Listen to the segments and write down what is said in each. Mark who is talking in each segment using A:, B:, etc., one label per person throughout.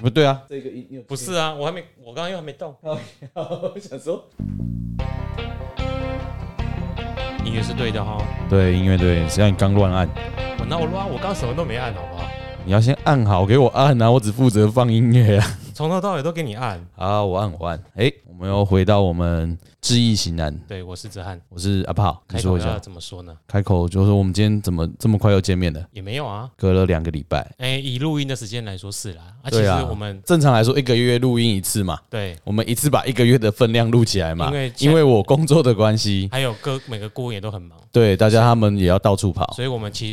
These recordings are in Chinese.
A: 不对啊，这个一你有
B: 不是啊，我还没，我刚刚又还没到。
A: 听到？ 我想说，
B: 音乐是对的哈，
A: 对，音乐对，谁让你刚乱按？
B: 我那我乱，我刚什么都没按，好不好？
A: 你要先按好，给我按啊！我只负责放音乐啊。
B: 从头到尾都给你按。
A: 好，我按，我按。诶，我们又回到我们知易行难。
B: 对，我是子翰。
A: 我是阿炮，你
B: 开
A: 说
B: 头
A: 一
B: 要
A: 下。
B: 怎么说呢？
A: 开口就说我们今天怎么这么快又见面了？
B: 也没有啊。
A: 隔了两个礼拜。
B: 哎、以录音的时间来说是啦。啊，其
A: 对
B: 实
A: 啊
B: 我们
A: 正常来说一个月录音一次嘛，
B: 对
A: 我们一次把一个月的分量录起来嘛。
B: 因为
A: 因为我工作的关系，
B: 还有各每个顾问也都很忙，
A: 对大家他们也要到处跑。
B: 所以我们其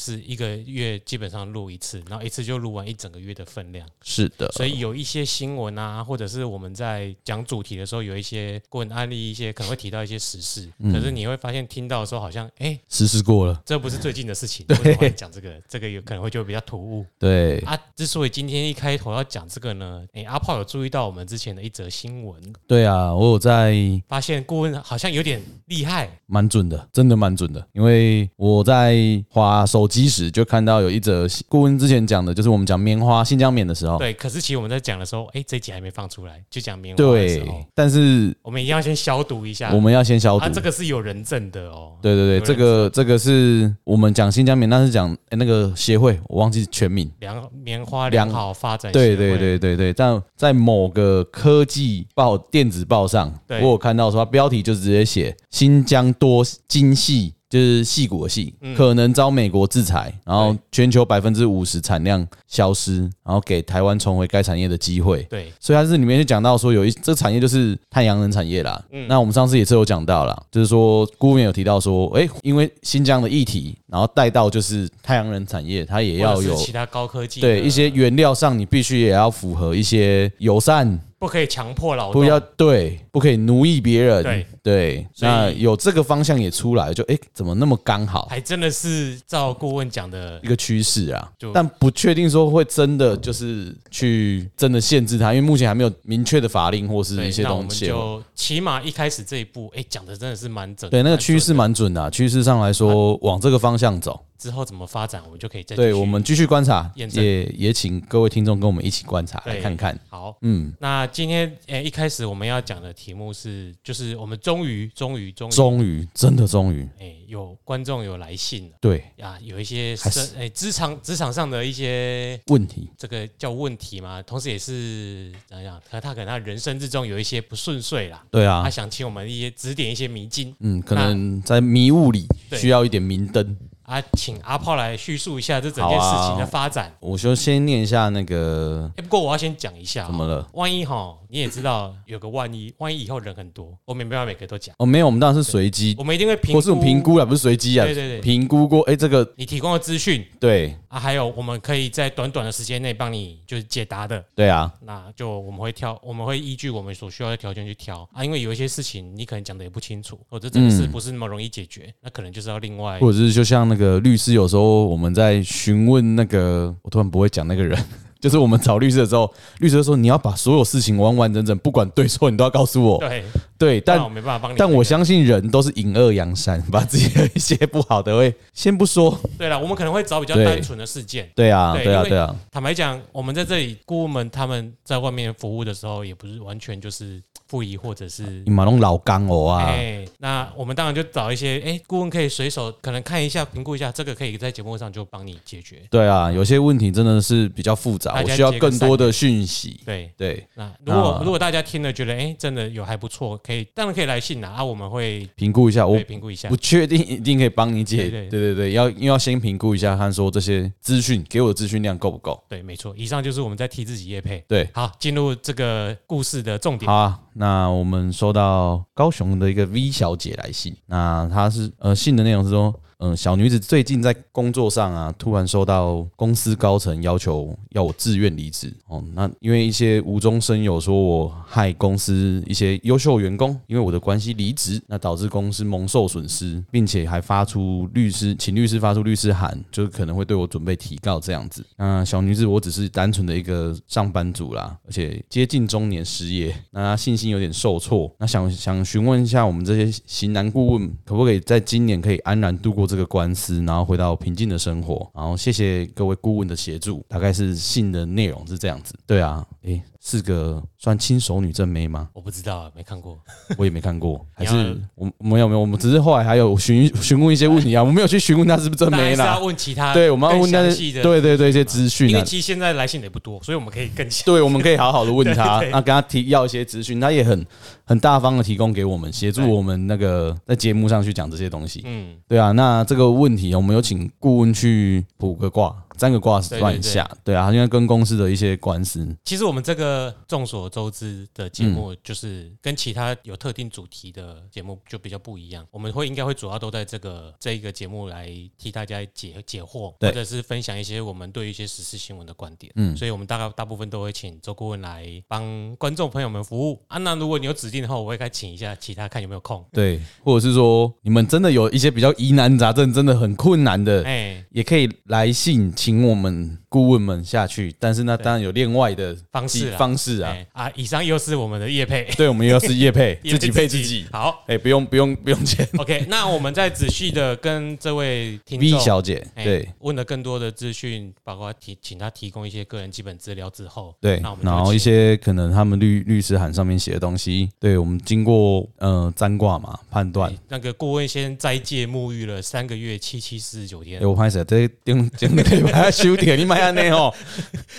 B: 实是一个月基本上录一次，然后一次就录完一整个月的分量。
A: 是的，
B: 所以有一些新闻啊，或者是我们在讲主题的时候，有一些顾问案例，一些可能会提到一些时事，
A: 嗯
B: 可是你会发现听到的时候好像，哎、
A: 实施过了。
B: 这不是最近的事 情，为什么要讲这个？这个有可能会就比较突兀
A: 对，
B: 啊。之所以今天一开头要讲这个呢，哎、阿炮有注意到我们之前的一则新闻，
A: 对啊，我有在
B: 发现顾问好像有点厉害，
A: 蛮准的，真的蛮准的。因为我在划手机时就看到有一则顾问之前讲的，就是我们讲棉花新疆棉的时候，
B: 对。可是其实我们在讲的时候，哎、这一集还没放出来，就讲棉花的时
A: 对
B: 候，，
A: 但是
B: 我们一定要先消毒一下。
A: 我们要先消毒
B: 啊，。这个是有人证的哦。
A: 对对对，
B: 有
A: 这个这个是我们讲新疆棉，那是讲诶那个协会，我忘记全名。
B: 良棉花
A: 良
B: 良好发展
A: 对
B: 协会
A: 对对对对，但在某个科技报电子报上，我
B: 对
A: 有看到说它标题就直接写新疆多精细。就是细骨的细，可能遭美国制裁，然后
B: 嗯对
A: 全球百分之五十产量消失，然后给台湾重回该产业的机会。
B: 对
A: 所以它是里面就讲到说，有一这产业就是太阳能产业啦。
B: 嗯
A: 那我们上次也是有讲到啦，就是说顾问有提到说，诶，因为新疆的议题，然后带到就是太阳能产业，它也
B: 或
A: 要
B: 者是
A: 有
B: 其他高科技的，
A: 对一些原料上，你必须也要符合一些友善，
B: 不可以强迫劳动，
A: 不要对，不可以奴役别人。
B: 对所以哎
A: 那有这个方向也出来，就诶，怎么那么刚好
B: 还真的是照顾问讲的
A: 一，个趋势啊
B: 就？
A: 但不确定说会真的就是去真的限制它，因为目前还没有明确的法令或是
B: 对
A: 一些
B: 那我
A: 东
B: 们
A: 西。
B: 就起码一开始这一步，哎，讲的真的是蛮整，
A: 对，那个
B: 蛮
A: 趋势
B: 准
A: 蛮准的啊、趋势上来说，往这个方向走。
B: 的之后怎么发展，我们就可以再
A: 对，
B: 继续
A: 我们继续观察，
B: 验证
A: 也也请各位听众跟我们一起观察，
B: 对
A: 来看看。
B: 好。
A: 嗯，
B: 那今天诶，一开始我们要讲的题目是，就是我们终于终于终于
A: 终于，真的终于，
B: 诶，有观众有来信了
A: 对
B: 呀，有一些
A: 还是
B: 生诶职场职场上的一些
A: 问题，
B: 这个叫问题嘛，同时也是怎么样？可能他可能他人生之中有一些不顺遂啦，
A: 对啊
B: 他，想请我们一些指点一些迷津
A: 嗯，可能在迷雾里
B: 对
A: 需要一点明灯。
B: 啊，请阿炮来叙述一下这整件
A: 好
B: 事
A: 啊
B: 情的发展。
A: 我就先念一下那个
B: 哎，不过我要先讲一下哦，
A: 怎么了？
B: 万一哈，你也知道有个万一，万一以后人很多，我们没办法每个都讲，
A: 哦，没有，我们当然是随机，
B: 我们一定会评
A: 或是我们评，估啊，不是随机啊
B: 对，对对，
A: 评估过，哎，这个
B: 你提供的资讯
A: 对
B: 啊，还有我们可以在短短的时间内帮你就是解答的，
A: 对啊，
B: 那就我们会挑，我们会依据我们所需要的条件去挑啊，因为有一些事情你可能讲的也不清楚，或者真的是不是那么容易解决，那可能就是要另外
A: 嗯或者是就像那个律师，有时候我们在询问那个，我突然不会讲那个人， 就是我们找律师的时候，律师就说你要把所有事情完完整整，不管对错，你都要告诉我。
B: 对，
A: 对，
B: 但我
A: 但
B: 没办法帮你那个。
A: 但我相信人都是隐恶扬善， 把自己的一些不好的会先不说。
B: 对了，我们可能会找比较
A: 对
B: 单纯的事件。
A: 对啊，
B: 对
A: 对啊，
B: 因为
A: 对啊，
B: 坦白讲，我们在这里顾问们他们在外面服务的时候，也不是完全就是复议或者是
A: 你。马龙老干哦
B: 哎、
A: 啊，
B: 那我们当然就找一些哎，顾、问可以随手可能看一下、评估一下，这个可以在节目上就帮你解决。
A: 对啊，有些问题真的是比较复杂，
B: 大
A: 我
B: 家
A: 需要
B: 接个
A: 更多的讯息。
B: 对，
A: 对，
B: 那如果、
A: 啊
B: 如果大家听了觉得哎、诶真的有还不错，可以当然可以来信啦啊，我们会
A: 评估一下，我
B: 对评估一下
A: 不。确定一定可以帮你解。
B: 对对
A: 对对对，要因为要先评估一下，看说这些资讯给我的资讯量够不够。
B: 对，没错，以上就是我们在替自己业配。
A: 对，
B: 好，进入这个故事的重 点
A: 好。啊，那我们收到高雄的一个 V 小姐来信，那她是呃信的内容是说，嗯、小女子最近在工作上啊，突然收到公司高层要求要我自愿离职哦，那因为一些无中生有说我害公司一些优秀员工，因为我的关系离职，那导致公司蒙受损失，并且还发出律师请律师发出律师函，就是可能会对我准备提告这样子。那小女子我只是单纯的一个上班族啦，而且接近中年失业，那她信心有点受挫。那想想询问一下我们这些型男顾问，可不可以在今年可以安然度过这个官司，然后回到平静的生活。然后谢谢各位顾问的协助，大概是信的内容是这样子。对啊，诶，是个算亲手女正妹吗？
B: 我不知道，啊没 看过。
A: 我也没看过，还
B: 你要
A: 是我没有没有，我们只是后来还有询询问一些问题啊，我没有去询问她是不是正
B: 当然
A: 妹
B: 是要
A: 啦。
B: 问其他，
A: 对，我们要问她
B: 详
A: 的
B: 细的，，
A: 对对对一些资讯
B: 因
A: 啊
B: 为，其实现在来信的也不多，所以我们可以更详。
A: 对，我们可以好好的问他
B: 对，对
A: 那跟他提要一些资讯，他也很很大方的提供给我们，协助
B: 对
A: 我们那个在节目上去讲这些东西。
B: 嗯，
A: 对啊，那这个问题我们有请顾问去卜个卦，占个卦算一下。对啊，因为跟公司的一些官司，
B: 其实我们这个众所周知的节
A: 嗯
B: 目，就是跟其他有特定主题的节目就比较不一样。我们会应该会主要都在这个这一个节目来替大家解解惑，
A: 对
B: 或者是分享一些我们对于一些时事新闻的观点。
A: 嗯
B: 所以我们大概大部分都会请周顾问来帮观众朋友们服务啊。那如果你有指定的话，我会该请一下其他看有没有空。
A: 对，或者是说你们真的有一些比较疑难杂症，真的很困难的。
B: 哎，
A: 也可以来信请我们顾问们下去，但是那当然有另外的
B: 方式啦
A: 方式啊。
B: 哎啊，以上又是我们的业配，
A: 对，我们又是业配， 自己配自己。
B: 好。
A: 哎、不用不用不用钱。
B: OK，那我们再仔细的跟这位听
A: V
B: 众
A: 小姐，
B: 哎
A: 对
B: 问了更多的资讯，包括提请他提供一些个人基本资料之后，
A: 对
B: 那我，们就
A: 然后
B: 请
A: 一些可能他们律律师函上面写的东西，对我们经过呃占卦嘛判断。
B: 那个顾问先斋戒沐浴了三个月七七四十九天
A: 哎，，我拍谁？这顶顶个礼拜休点，你买下那哦，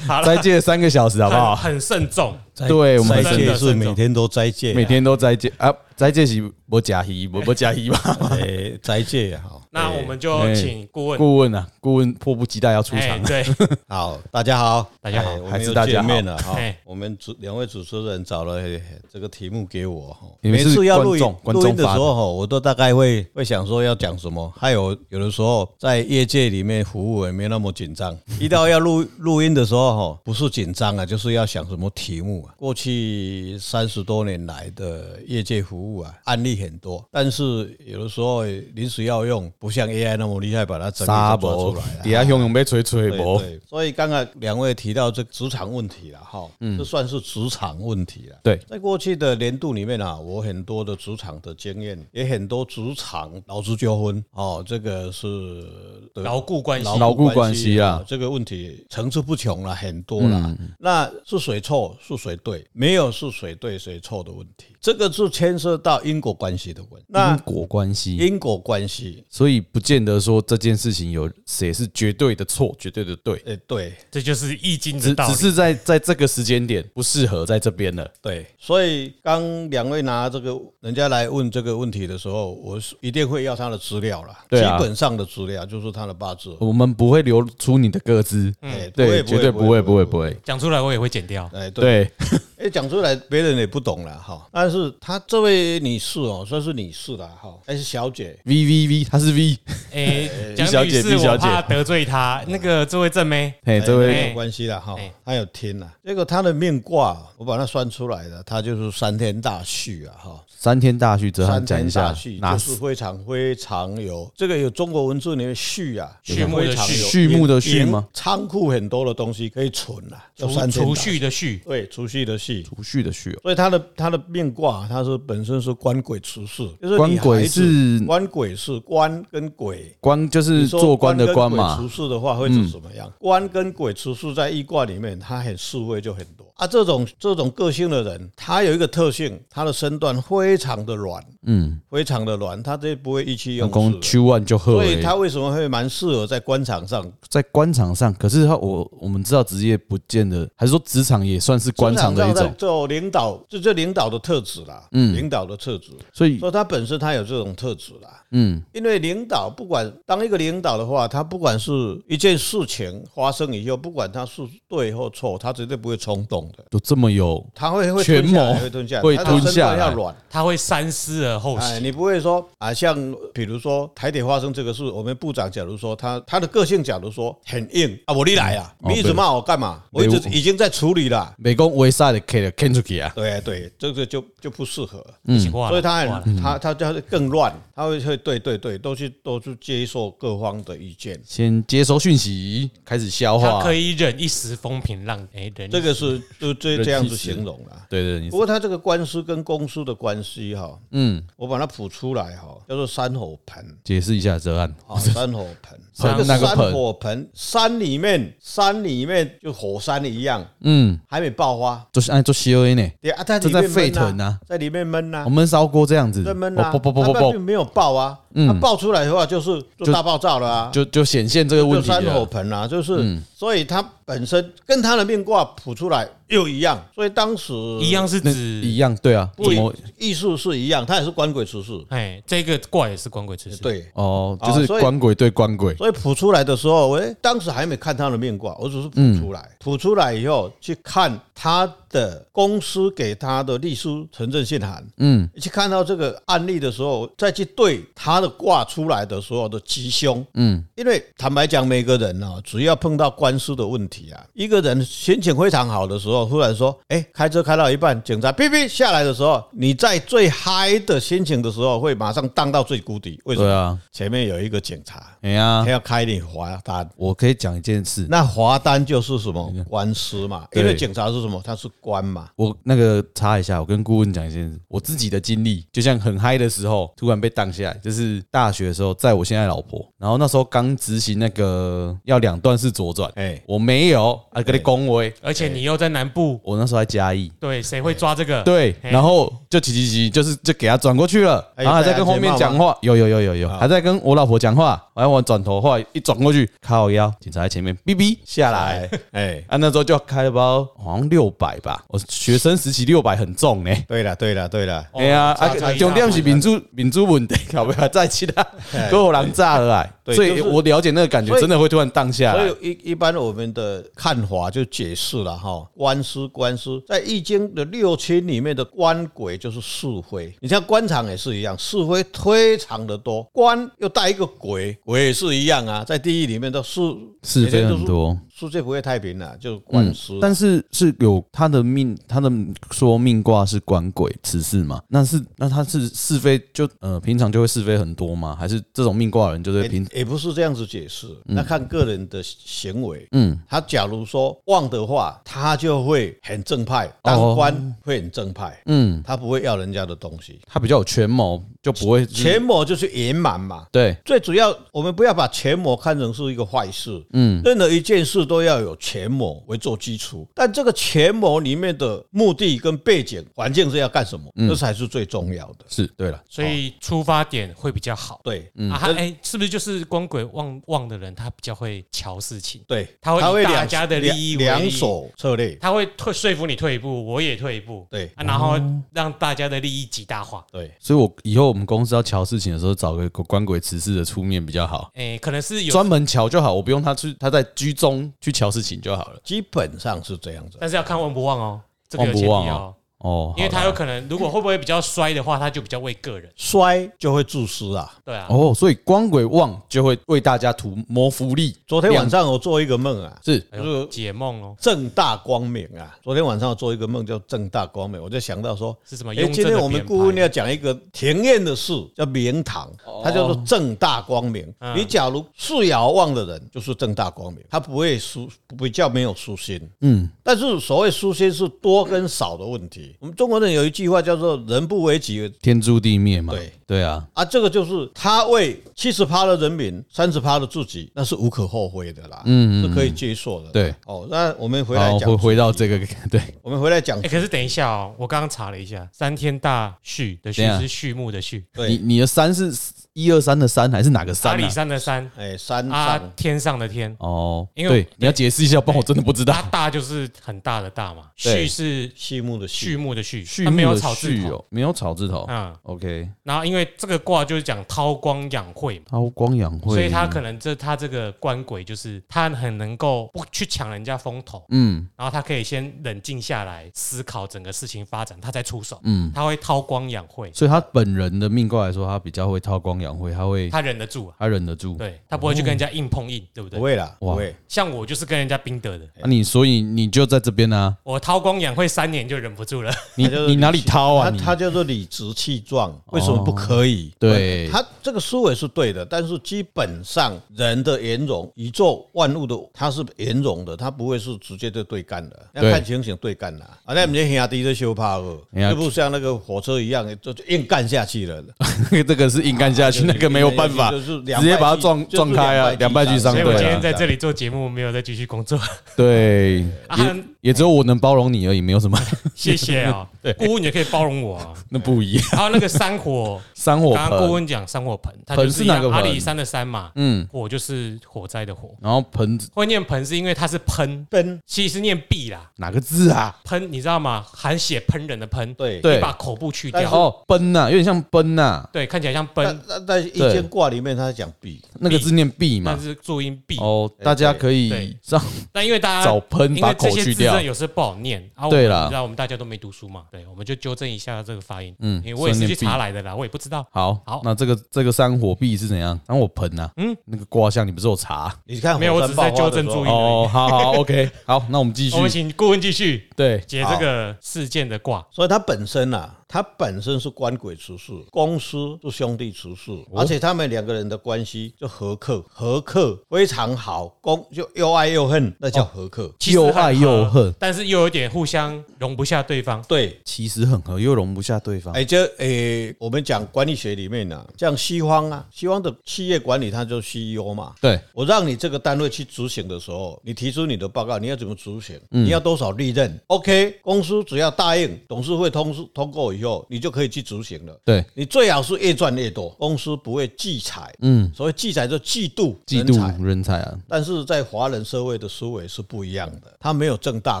B: 好了，
A: 斋戒三个小时好不 好？
B: 很很慎重，
A: 哎对我们
B: 真
C: 斋
B: 的
C: 戒是
B: 慎重
C: 每天都斋戒啊，
A: 每天都斋戒啊，斋戒是不假鱼，不不假鱼吧？
C: 哎斋戒也好。
B: 那我们就
A: 哎
B: 请顾问
A: 顾问啊，顾问迫不及待要出
B: 哎
A: 场，
B: 对，
C: 好，大家好，
B: 大家好
C: 哎我
A: 还
C: 们
A: 是
C: 又
A: 大家
C: 见
A: 好
C: 面了哈
B: 哎。
C: 我们主两位主持人找了哎这个题目给我哈，
A: 你们
C: 每
A: 是
C: 次要录
A: 观
C: 音
A: 众观众
C: 录音的
A: 发
C: 时
A: 的
C: 候哈，我都大概会会想说要讲什么。还有有的时候在业界里面服务也没那么 紧张，一到要录录音的时候哈，不是紧张啊，就是要想什么题目啊。过去三十多年来的业界服务啊，案例很多，但是有的时候临时要用，不像 AI 那么厉害，把它整
A: 沙
C: 个抓
A: 博
C: 出来啊
A: 底下汹涌被吹吹波，
C: 对对所以刚才两位提到这职场问题了哈，
A: 嗯
C: 这算是职场问题了。
A: 对，
C: 在过去的年度里面啊，我很多的职场的经验，也很多职场劳资纠纷哦，这个是 得
B: 牢固关系
A: 牢。牢固关系啊嗯
C: 哦这个问题层出不穷了，很多了。那是谁错是谁对，没有是谁对谁错的问题，这个是牵涉到因果关系的问
A: 因
C: 题。那
A: 果关系，
C: 因果关系，
A: 所以不见得说这件事情有谁是绝对的错，绝对的对，
C: 呃，对，
B: 这就是易经的
A: 只
B: 道
A: 只
B: 理。
A: 是在在这个时间点不适合在这边了。
C: 对，所以刚两位拿这个人家来问这个问题的时候，我是一定会要他的资料啦，
A: 对啊
C: 基本上的资料就是他的八字，
A: 我们不会流出你的个资，
C: 哎，
A: 嗯对，绝对不会，不会，不
C: 会，
A: 会，
B: 讲出来我也会剪掉，
C: 哎，对，
A: 对，
C: 哎，讲出来别人也不懂了哈。但是她这位女士哦，算是女士啦哈，哎还是小姐，
A: V V V，他是 V，
B: 哎，
A: 李
B: 讲
A: 小
B: 女
A: 姐
B: 士
A: 李小
B: 我
A: 姐
B: 怕得罪她，那个这位正妹，
A: 嘿，这
C: 哎没
A: 位
C: 有关系啦哈
B: 哎，
C: 她有听啦。结果她的命卦，我把它算出来了，她就是三天大畜啊哈。
A: 三天大旭，哲
C: 三
A: 涵讲
C: 天
A: 一下
C: 大畜，
A: 哪
C: 就是非常非常有这个有中国文字里面畜啊，
B: 畜牧的
C: 非常有
A: 畜畜牧的畜吗？
C: 仓库很多的东西可以存啊，叫
B: 储
C: 三天大
B: 储蓄的蓄，
C: 对储蓄的蓄。
A: 储蓄的蓄哦，
C: 所以他的他的命卦，他是本身是官鬼出世，就是你
A: 官鬼
C: 孩子
A: 是
C: 官鬼是官跟鬼，
A: 官就
C: 你
A: 是
C: 说
A: 做官的官
C: 官跟鬼
A: 嘛嗯
C: 出，世的话会是怎么样？官跟鬼出世在易卦里面，他很示威就很多啊。这种这种个性的人，他有一个特性，他的身段非常的软，
A: 嗯，
C: 非常的软，他这不会意气用
A: 公
C: 事。
A: 秋万就喝
C: 所以他为什么会蛮适合在官场上？
A: 在官场上，可是他我我们知道职业不见得，还是说职场也算是官场的一
C: 在
A: 种，
C: 做领导，这这领导的特质啦，
A: 嗯
C: 领导的特质，
A: 所以
C: 所以他本身他有这种特质啦。
A: 嗯，
C: 因为领导不管当一个领导的话，他不管是一件事情发生以后，不管他是对或错，他绝对不会冲动的，
A: 都这么有，
C: 他会会
A: 权
C: 吞下来
A: 谋
C: 会吞下来，
A: 会
C: 他
A: 吞
C: 的身
A: 下
C: 段要
A: 来哦
C: 软。
B: 她会三思而后
C: 哎，
B: 行。
C: 你不会说啊，像比如说台铁发生这个事，我们部长假如说他他的个性，假如说很硬啊，我你来啊，
A: 哦
C: 你一直骂我干嘛？我一直
A: 对
C: 已经在处理了。
A: 美工维萨的 K 的 Ken 出去啊，
C: 对对，这个就就不适合，
A: 嗯
B: 一起挂了
C: 所以他
B: 挂了
C: 很他他他更乱，他会会对对对，都去都去接受各方的意见。
A: 先接收讯息，开始消
B: 他
A: 化
B: 可，以忍一时风平浪，哎，忍一
C: 这个是就这
A: 人
C: 这样
A: 气
C: 子
A: 死
C: 形容啦。
A: 对对，你
C: 不过他这个官司跟公司的关系哈，
A: 嗯，
C: 我把它谱出来哈，叫做山火盆
A: 解释一下这案，
C: 啊，山火盆，
A: 山
C: 这个
A: 那个
C: 山
A: 盆
C: 火盆，山里面山里面就火山一样，
A: 嗯，
C: 还没爆发，
A: 就是按做 C O A 呢，
C: 对啊，它里
A: 正在
C: 面闷
A: 沸腾啊，
C: 在里面闷呐
A: 我，们烧锅这样子，哦
C: 在闷啊，
A: 不不不
C: 它
A: 不
C: 并
A: 不，
C: 没有爆啊，它爆出来的话就是就
A: 就
C: 大爆炸了啊。
A: 就就显现这个问
C: 就
A: 题嗯
C: 山火
A: 了，
C: 盆啊，就是，所以它本身跟它的命卦谱出来又一样，所以当时
B: 一样是
A: 呃那
B: 指
A: 一样对啊，
C: 不
A: 怎
C: 一
A: 么
C: 艺术是一样，它也是官鬼十事，
B: 哎，这个卦也是官鬼之事，
C: 对，
A: 哦，
C: 啊
A: 就是
C: 所以
A: 官鬼对官鬼，
C: 所以谱出来的时候，我、诶当时还没看他的面卦，我只是谱出
A: 嗯
C: 来。谱、出来以后，去看他的公司给他的律师陈正信函，
A: 嗯
C: 去看到这个案例的时候，再去对他的卦出来的所有的吉凶。
A: 嗯，
C: 因为坦白讲，每个人啊，只要碰到官司的问题啊，一个人心情非常好的时候，忽然说：“哎、开车开到一半，警察哔哔下来的时候，你在最嗨的心情的时候，会马上荡到最谷底。为什么？
A: 对啊，
C: 前面有一个警察。”
A: 哎呀
C: 他，要开你罚单。
A: 我可以讲一件事，
C: 那罚单就是什么官司嘛？
A: 嗯对
C: 因为警察是什么？他是官嘛。
A: 我那个插一下，我跟顾问讲一件事，我自己的经历，就像很嗨的时候，突然被荡下来，就是大学的时候，在我现在老婆，然后那时候刚执行那个要两段式左转，
C: 哎
A: 我没有啊，跟你恭维，
B: 而且你又在南部，
A: 我那时候在嘉义，
B: 对，谁会抓这个？
A: 对，
B: 嘿
A: 然后就骑骑骑，就是就给他转过去了，
C: 哎
A: 然后还在跟后面讲话，有有有有有，还在跟我老婆讲话，然后我转头话一转过去，靠腰，警察在前面，哔哔下来。
C: 哎哎，
A: 啊，那时候就开了包，好像六百吧。我学生时期六百很重呢、
C: 对了对了对了，
B: 哦
A: 哎呀，
B: 差差
A: 啊，
B: 一
A: 重点
B: 大
A: 是
B: 步
A: 民主民主问题，搞不好再其 他都有人炸了来，
C: 哎对
A: 所以
C: 就是
A: 我了解那个感觉，
C: 所以
A: 真的会突然荡下
C: 所
A: 来。
C: 以一一般我们的看法就解释了哈，官司官司在易经的六亲里面的官鬼就是是非，你像官场也是一样，是非非常的多，官又带一个鬼，鬼也是一样啊，在地狱里面都是
A: 是非很，多，嗯
C: 世界不会太平了，就是官司。
A: 但是是有他的命，他的说命卦是官鬼此事嘛？那是那他是是非就呃平常就会是非很多吗？还是这种命卦的人就是平
C: 也也不是这样子解释，
B: 嗯
C: 那看个人的行为。
A: 嗯
C: 他假如说旺的话，他就会很正派，
B: 哦
C: 当官会很正派，
A: 嗯，
C: 他不会要人家的东西。
A: 他比较有权谋，就不会是
C: 权谋就是圆满嘛。
A: 对
C: 最主要，我们不要把权谋看成是一个坏事。
A: 嗯，
C: 任何一件事都要有权谋为做基础，但这个权谋里面的目的跟背景、环境是要干什么，
B: 嗯
C: 这才是最重要的。
A: 是对了，
B: 所以出发点会比较好。
C: 对
A: 嗯
B: 啊，他哎，是不是就是光鬼旺旺的人，他比较会瞧事情，
C: 对，
B: 他会以大
C: 两
B: 家的利益为
C: 两
B: 利
C: 两手策略。
B: 他会退说服你退一步，我也退一步，
C: 对
B: 啊，然后
A: 哦
B: 让大家的利益极大化。
C: 对，
A: 所以我以后我们公司要瞧事情的时候，找个官鬼此事的出面比较好，
B: 哎，可能是有，
A: 专门瞧就好，我不用他去他在居中去瞧事情就好了。
C: 基本上是这样子。
B: 但是要看旺不旺哦，这个有
A: 旺不
B: 前提
A: 旺
B: 哦，
A: 哦，
B: 因为
A: 好
B: 他
A: 啦
B: 有可能如果会不会比较衰的话，他就比较为个人，
C: 衰就会自私啊。
B: 对啊，
A: 哦，所以官鬼旺就会为大家图谋福利。
C: 昨天晚上我做一个梦啊，
A: 是
B: 哎呦
C: 就是
B: 解梦哦，
C: 正大光明啊。昨天晚上我做一个梦叫正大光明，我就想到说，
B: 是什么？
C: 哎、
B: 雍
C: 今
B: 正
C: 天
B: 的
C: 我们
B: 编
C: 顾问
B: 排
C: 要讲一个庭院的事，叫明堂，它叫做正大光明。
B: 哦嗯
C: 你假如是遥望的人，就是正大光明，他不会疏，比较没有疏心。
A: 嗯，
C: 但是所谓疏心是多跟少的问题。我们中国人有一句话叫做“人不为己
A: 天诛地灭嘛。
C: 对
A: 对啊，
C: 啊，这个就是他为七十趴的人民，三十趴的自己，那是无可厚非的啦，
A: 嗯嗯
C: 是可以接受的。
A: 对，
C: 哦，那我们回来
A: 好，
C: 讲
A: 回回到
C: 主题
A: 这个， 对，
C: 我们回来 讲
B: 哎、，可是等一下哦，我刚刚查了一下，三天大畜的畜
A: 等一下
B: 是畜牧的畜，
C: 对
A: 你你的三是一二三的三还是哪个
B: 阿
A: 三
B: 里
A: 啊？
B: 山的山，
C: 哎，山
A: 嗯
B: 啊
C: 上，
B: 天上的 天，
A: 哦，
B: 因为
A: 对，你要解释一下，不然我真的不知
B: 它
A: 道。
B: 大就是很大的大嘛，
A: 对
B: 畜是
C: 畜牧的畜
B: 畜牧的畜，
A: 畜
B: 它
A: 牧
B: 没有
A: 的
B: 草字
A: 畜
B: 头，
A: 哦，没有草字头。
B: 嗯，
A: OK，
B: 然后因为这个卦就是讲韬光养晦嘛。
A: 韬光养晦，
B: 所以他可能这他这个官鬼就是他很能够不去抢人家风头，
A: 嗯
B: 然后他可以先冷静下来思考整个事情发展，他再出手。
A: 嗯，
B: 他会韬光养晦，
A: 所以他本人的命卦来说，他比较会韬光杨辉，他会
B: 他忍得住啊，
A: 他忍得住。
B: 对他不会去跟人家硬碰硬，对不对
C: 不？会啦，
A: 哇
C: 不会。
B: 像我就是跟人家冰得的，
A: 那、啊你所以你就在这边啊，
B: 我韬光养晦三年就忍不住了。
A: 你
C: 他就是
A: 你哪里掏啊？
C: 他
A: 你哦
C: 他叫做理直气壮，为什么不可以？
A: 对
C: 他这个思维是对的，但是基本上人的圆融，宇宙万物的它是圆融的，它不会是直接就对干的，要
A: 对
C: 看情形对干的。啊，那我们这兄弟在修怕了，
A: 哎呀
C: 就不像那个火车一样，就就硬干下 去了。
A: 这个是硬干下去，那个没有办 法，
C: 就是
A: 直接把它撞撞开啊，两败俱伤。
B: 所以
A: 对
B: 我今
A: 啊
B: 天在这里做节目，没有再继续工 作。
A: 对，
B: 啊，
A: 也也只有我能包容你而已，没有什么
B: 谢谢啊，顾问也可以包容我啊。
A: 那不一样。
B: 还有那个山火，
A: 山火
B: 刚刚顾
A: 盆，
B: 问讲山火盆，它
A: 盆
B: 就是一样
A: 哪个
B: 阿
A: 盆
B: 里山的山嘛，
A: 嗯，
B: 火就是火灾的火。
A: 然后盆
B: 会念盆是因为它是喷，
C: 奔
B: 其实是念壁啦。
A: 哪个字啊？
B: 喷，你知道吗？含血喷人的喷，
C: 对
A: 对
B: 你把口部去掉，
A: 哦，奔呐、有点像奔啊呐、
B: 对，看起来像
C: 但
B: 奔，
C: 但但是一间卦里面他讲比
A: 那个字念避嘛
B: 但。是注音壁。
A: 哦，大家可以
B: 对
A: 上
B: 但因为大
A: 找
B: 家
A: 喷
B: 因
A: 把
B: 为
A: 口
B: 这些
A: 去
B: 字
A: 掉
B: 真的。有时不好念啊。
A: 对啦
B: 了，你知道我们大家都没读书嘛，对，我们就纠正一下这个发音。
A: 嗯
B: 嗯，因为我也是
A: 顺
B: 去
A: 便避
B: 查来的啦，我也不知道。
A: 好，
B: 好
A: 那这个这个山火壁是怎样？然后我盆呐，嗯，那个卦象你不是有查？
C: 你看火
B: 没有我只
C: 山
B: 是
C: 爆
B: 在
C: 发
B: 纠
C: 的
B: 正
C: 时候
B: 注意
A: 哦，好好，OK，好，那我们继续
B: 我。们请顾问继续
A: 对，
B: 解这个事件的卦。
C: 所以它本身啊，它本身是官鬼之士，公司是兄弟之士，而且他们两个人的关系就和客，和客非常好，公就又爱又恨，那叫和客。
B: 其实很
A: 又爱又
B: 合
A: 恨，
B: 但是又有点互相容不下对方。
C: 对，
A: 其实很合，又容不下对方。
C: 哎，这诶，我们讲管理学里面呢、啊，像西方啊，西方的企业管理它就是 CEO 嘛。
A: 对，
C: 我让你这个单位去执行的时候，你提出你的报告，你要怎么执行？你要多少利润？OK，公司只要答应董事会通知通过以后，你就可以去执行了。
A: 对，
C: 你最好是越赚越多，公司不会忌财，
A: 嗯，
C: 所谓忌财就嫉妒
A: 嫉
C: 人才
A: 妒人才啊，
C: 但是在华人社会的思维是不一样的，他没有正大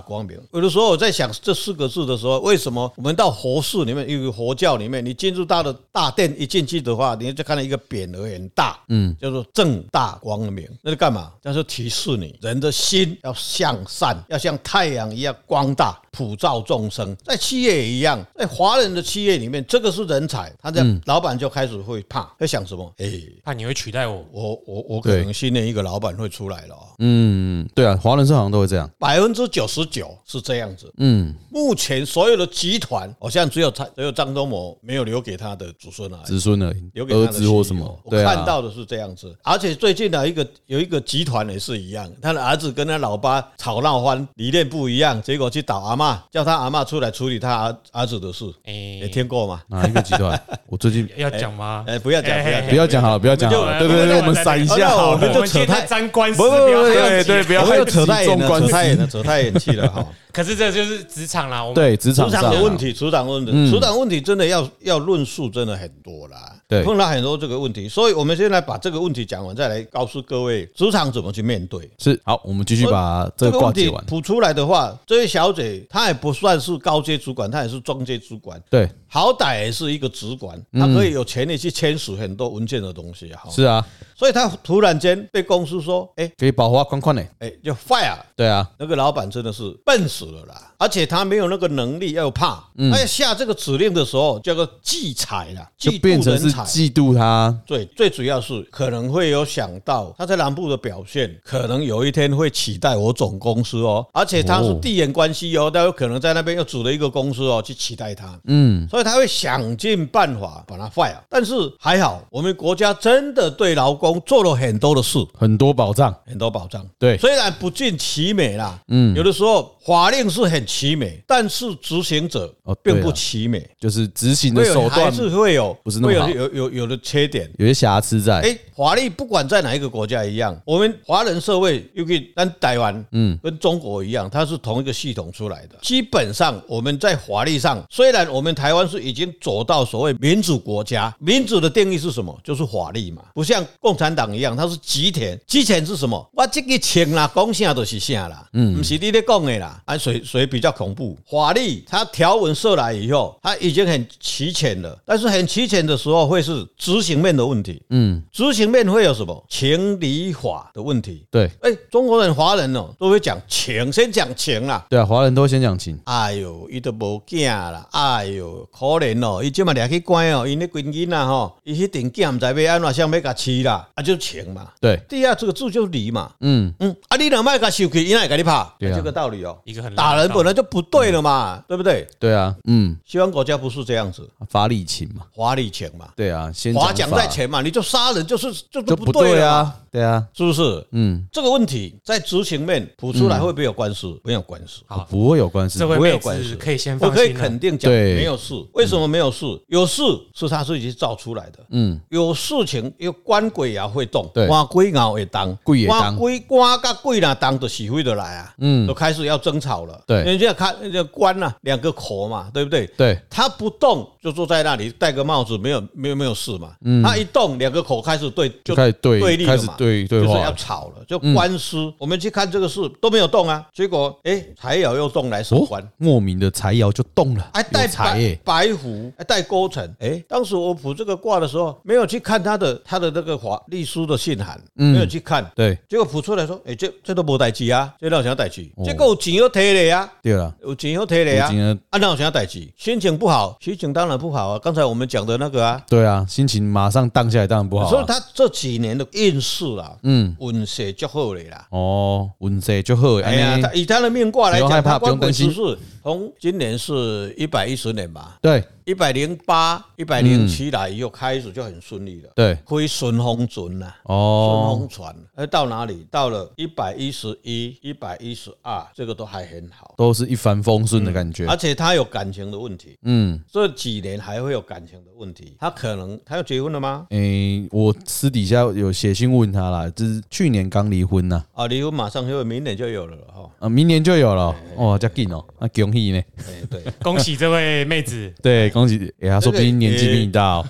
C: 光明。有的时候我在想这四个字的时候，为什么我们到佛寺里面，因为佛教里面，你进入到的大殿一进去的话，你就看到一个匾额很大，
A: 嗯，
C: 叫做正大光明，那是干嘛？那是提示你人的心要向善，要像太阳一样光大，普照众生。在企业也一样，在华人的企业里面，这个是人才，他的
A: 嗯
C: 老板就开始会怕，在想什么？哎、
B: 怕你会取代我，
C: 我我我可
A: 对
C: 能信任一个老板会出来了、哦。
A: 嗯，对啊，华人社好像都会这样，
C: 百分之九十九是这样子。
A: 嗯，
C: 目前所有的集团，好像只有他只有张忠谋没有留给他的子孙啊，
A: 子孙而已，
C: 留给他
A: 儿
C: 的
A: 子或
C: CEO
A: 什么，
C: 我
A: 对啊
C: 看，到的是这样子，而且最近的一个有一个集团也是一样，他的儿子跟他老爸吵闹翻，理念不一样，结果去找阿嬷，叫他阿嬷出来处理他儿儿子的事，
B: 哎
C: 也，听过吗？
A: 哪一个集 团？我最近
B: 要讲吗？
C: 哎，不要讲，
B: 哎
C: 不要
A: 不要
C: 讲。
A: 讲好了，不要讲好了，
B: 我
A: 对
B: 们
A: 对对，
B: 就
A: 我们闪一下好
B: 我
A: 了
B: 们
C: 哦那
B: 今
C: 我们就
B: 天
C: 扯
B: 在
C: 太
B: 沾官司，
A: 不不不
B: 不要这样
A: 对对
B: 急
A: 不要
C: 我又
A: 太
C: 扯太远
A: 集中
C: 了，
A: 关
C: 扯
A: 系
C: 太远了，扯太远去了哈。
B: 可是这就是职场啦，我们
A: 对，职场
C: 职
A: 上
C: 场
A: 啊
C: 的问，题，职场问
A: 嗯
C: 题，职场问题真的要要论述真的很多啦。
A: 对
C: 碰到很多这个问题，所以我们现在把这个问题讲完，再来告诉各位职场怎么去面对。
A: 是好，我们继续把这个
C: 哦问
A: 卦
C: 题
A: 解完。
C: 谱出来的话，这位小姐她也不算是高阶主管，她也是中阶主管，
A: 对，
C: 好歹也是一个主管，她可以有权利去签署很多文件的东西哈。
A: 嗯是啊，
C: 所以她突然间被公司说，哎
A: 可以保花宽宽嘞，
C: 哎，就 fire
A: 对啊，
C: 那个老板真的是笨死了啦，而且他没有那个能力，又怕，他下这个指令的时候叫做忌财啦，
A: 嗯就
C: 嫉
A: 变
C: 妒
A: 成
C: 人
A: 是
C: 才。
A: 嫉妒他，
C: 最最主要是可能会有想到他在南部的表现，可能有一天会取代我总公司哦，而且他是地缘关系哦，他有可能在那边又组了一个公司哦去取代他，
A: 嗯，
C: 所以他会想尽办法把它坏啊。但是还好，我们国家真的对劳工做了很多的事，
A: 很多保障，
C: 很多保障。
A: 对，
C: 虽然不尽其美啦，嗯，有的时候法令是很其美，但是执行者
A: 哦对啊
C: 并不其美，
A: 就是执行的
C: 会有
A: 手
C: 还
A: 段
C: 是会有，
A: 不是那么
C: 会有
A: 好
C: 有有有的缺点。
A: 有些瑕疵在，
C: 哎，法律不管在哪一个国家一样，我们华人社会尤其咱台湾，嗯，跟中国一样，它是同一个系统出来的。基本上我们在法律上，虽然我们台湾是已经走到所谓民主国家，民主的定义是什么？就是法律嘛，不像共产党一样，他是极权。极权是什么？我这个钱啦，讲啥就是啥啦，嗯，不是你咧讲的啦。啊，谁谁比较恐怖？法律它条文设来以后，它已经很齐全了，但是很齐全的时候会是执行面的问题。
A: 嗯，
C: 执行面会有什么情理法的问题？
A: 对
C: 哎、中国人、华人哦，都会讲情，先讲情啦。
A: 对啊，华人都会先讲情，
C: 哎哟，伊都无囝啦，哎哟，可怜哦，伊即嘛掠去关哦，因迄群囡仔吼，伊迄定囝毋知要安怎，想要甲饲啦，啊就情嘛。
A: 对，
C: 对啊，这个字就是理嘛。
A: 嗯，
C: 嗯，啊，你若卖甲受气，伊哪会甲你拍？
A: 对啊
C: 这个道理哦。
B: 一个很
C: 打人本
B: 来
C: 来就不对了嘛，对不对？
A: 对啊，嗯，
C: 西方国家不是这样子，
A: 法理情嘛，
C: 法理情嘛，
A: 对啊，先
C: 法讲在
A: 法
C: 前嘛，你就杀人就是就是
A: 就
C: 不
A: 不
C: 对
A: 对
C: 了嘛，
A: 啊，对啊，
C: 是不是？
A: 嗯，
C: 这个问题在执行面谱出来会不会有官司？没有官司。
B: 好
A: 不会有官司
B: 这，位
C: 啊不会有
B: 妹
C: 关系
B: 子可以先
C: 我
B: 放
C: 可以
B: 心啊了
C: 肯定讲，
A: 对
C: 没有事。为什么没有事？有事是他自己造出来的。
A: 嗯，
C: 有事情，有官鬼也会动，
A: 对
C: 官鬼熬会当，
A: 鬼也当
C: 官鬼官甲鬼啦当的喜会的来啊，
A: 嗯
C: 都开始要争吵了。
A: 对
C: 人家看人家官啊，两个口嘛，对不对？
A: 对，哦
C: 他不动就坐在那里，戴个帽子，没有没有没有事嘛。他一动，两个口开始对，就
A: 嗯就开始对
C: 对立了
A: 开始
C: 嘛，
A: 对对
C: 就是
A: 话嗯
C: 要吵了，就官司。我们去看这个事都没有动啊，结果哎，柴窑又动来守官
A: 哦。，莫名的柴窑就动了，
C: 还哎带
A: 有柴
C: 白
A: 耶，
C: 白虎，还带勾陈。哎，当时我卜这个卦的时候，没有去看他的他的那个法律书的信函，
A: 嗯
C: 没有去看。
A: 对，
C: 结果卜出来说，哎，这这都无代志啊，这哪有啥代
A: 哦
C: 志？结果有钱又摕了啊，
A: 对了，
C: 有钱又摕了
A: 有
C: 啊
A: 钱又，
C: 啊哪有啥代志？心情不好，心情当然不好啊。刚才我们讲的那个啊，
A: 对啊，心情马上荡下来，当然不好
C: 所以
A: 啊，
C: 他这几年的运势啊，
A: 嗯，
C: 运势较好嘞啦。
A: 哦，稳势就好，
C: 哎呀
A: 安，尼
C: 他以他的命卦来
A: 不用害
C: 讲，
A: 怕
C: 他
A: 不用
C: 官鬼
A: 担
C: 之
A: 心
C: 事从今年是一百一十年吧，
A: 对
C: 一百零八、一百零
A: 嗯
C: 七来以后开始就很顺利了，
A: 对，
C: 可以顺风船啦、顺
A: 哦，
C: 风船，而到哪里？到了一百一十一、一百一十二，这个都还很好，
A: 都是一帆风顺的感觉
C: 而，且他有感情的问题，
A: 嗯。
C: 这几年还会有感情的问题。他可能他要结婚了吗？
A: 诶、我私底下有写信问他啦，就是去年刚离婚呐、
C: 啊，离婚马上就明年就有了了 哈。
A: 啊，明年就有了，哦，加紧哦，啊，恭喜呢，
C: 哎， 对，
B: 恭喜这位妹子，
A: 对，恭喜，诶、他说不定年纪比你大哦，